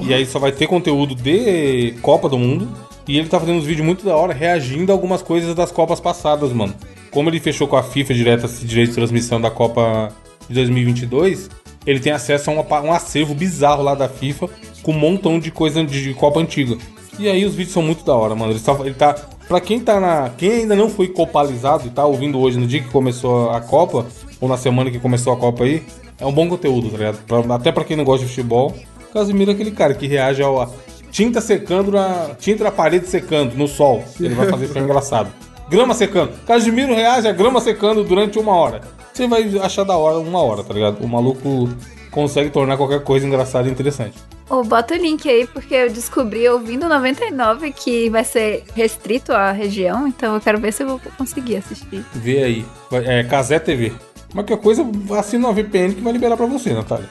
E aí só vai ter conteúdo de Copa do Mundo. E ele tá fazendo uns vídeos muito da hora, reagindo a algumas coisas das Copas passadas, mano. Como ele fechou com a FIFA direto esse direito de transmissão da Copa de 2022, ele tem acesso a uma pa- um acervo bizarro lá da FIFA com um montão de coisa de, de Copa antiga. E aí os vídeos são muito da hora, mano. Ele tá, ele tá pra quem tá na, quem ainda não foi copalizado e tá ouvindo hoje no dia que começou a Copa ou na semana que começou a Copa aí, é um bom conteúdo, tá ligado? Pra- até pra quem não gosta de futebol, Casimiro é aquele cara que reage ao a tinta secando na tinta na parede secando no sol. Ele vai fazer ficar engraçado. Grama secando. Casimiro reage a grama secando durante uma hora. Você vai achar da hora uma hora, tá ligado? O maluco consegue tornar qualquer coisa engraçada e interessante. Ô, bota o link aí, porque eu descobri ouvindo 99 que vai ser restrito à região, então eu quero ver se eu vou conseguir assistir. Vê aí. Vai- É, Casé TV. Mas que coisa, assina uma VPN que vai liberar pra você, Natália.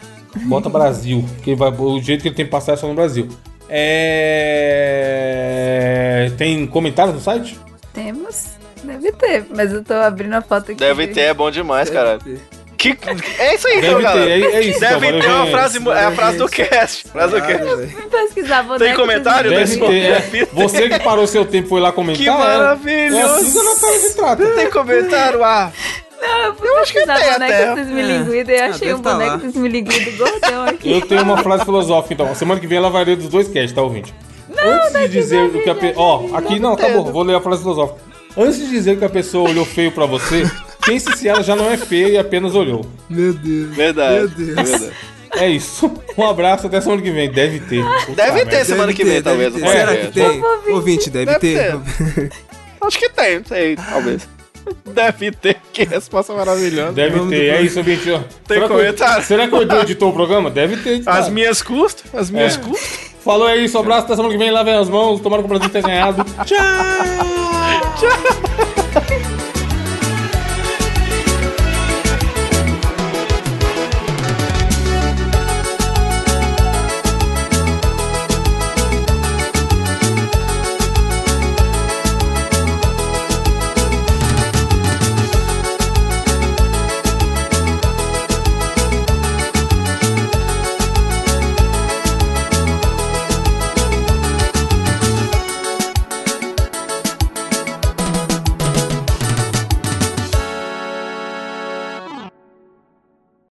Bota Brasil, que vai, o jeito que ele tem que passar é só no Brasil. É... Tem comentários no site? Temos? Deve ter, mas eu tô abrindo a foto aqui. Deve ter, é bom demais, cara. Que... É isso aí, Deve então, ter, galera. é, é isso. Deve Salvador, ter uma é- frase. mu- É a frase do cast. Frase do cast. Vou pesquisar, vou Tem dar- comentário Deve desse ter. é. Você que parou seu tempo e foi lá comentar. Que é- É assim que a maravilhoso. Natália se trata. Tem comentário? Ah, Não, eu fui pesquisar tem até. boneco dos milinguidos e Ah, achei deve um tá lá. boneco dos milinguidos gordão aqui. Eu tenho uma frase filosófica, então. Semana que vem ela vai ler dos dois casts, tá, ouvinte? Antes de dizer o que a pessoa. Ó, aqui não, acabou, vou ler a frase filosófica. Antes de dizer que a pessoa olhou feio pra você, pense se ela já não é feia e apenas olhou. Meu Deus. verdade. Meu Deus. verdade. É isso. Um abraço, até semana que vem. Deve ter. Puta Deve ter merda. semana que vem, Deve talvez. ter. não sei. Será É. que tem? Ouvinte. Ouvinte, deve, Deve ter. Acho que tem, não sei, talvez. Deve ter, que resposta maravilhosa. Deve ter, é isso, ouvinte. ó. será Que, eu- comentário? será que o Edu editou o programa? Deve ter. editado. As minhas custas, as minhas custas. Falou, é isso, abraço, até semana que vem. Lavem as mãos, tomara que o Brasil tenha ganhado. Tchau!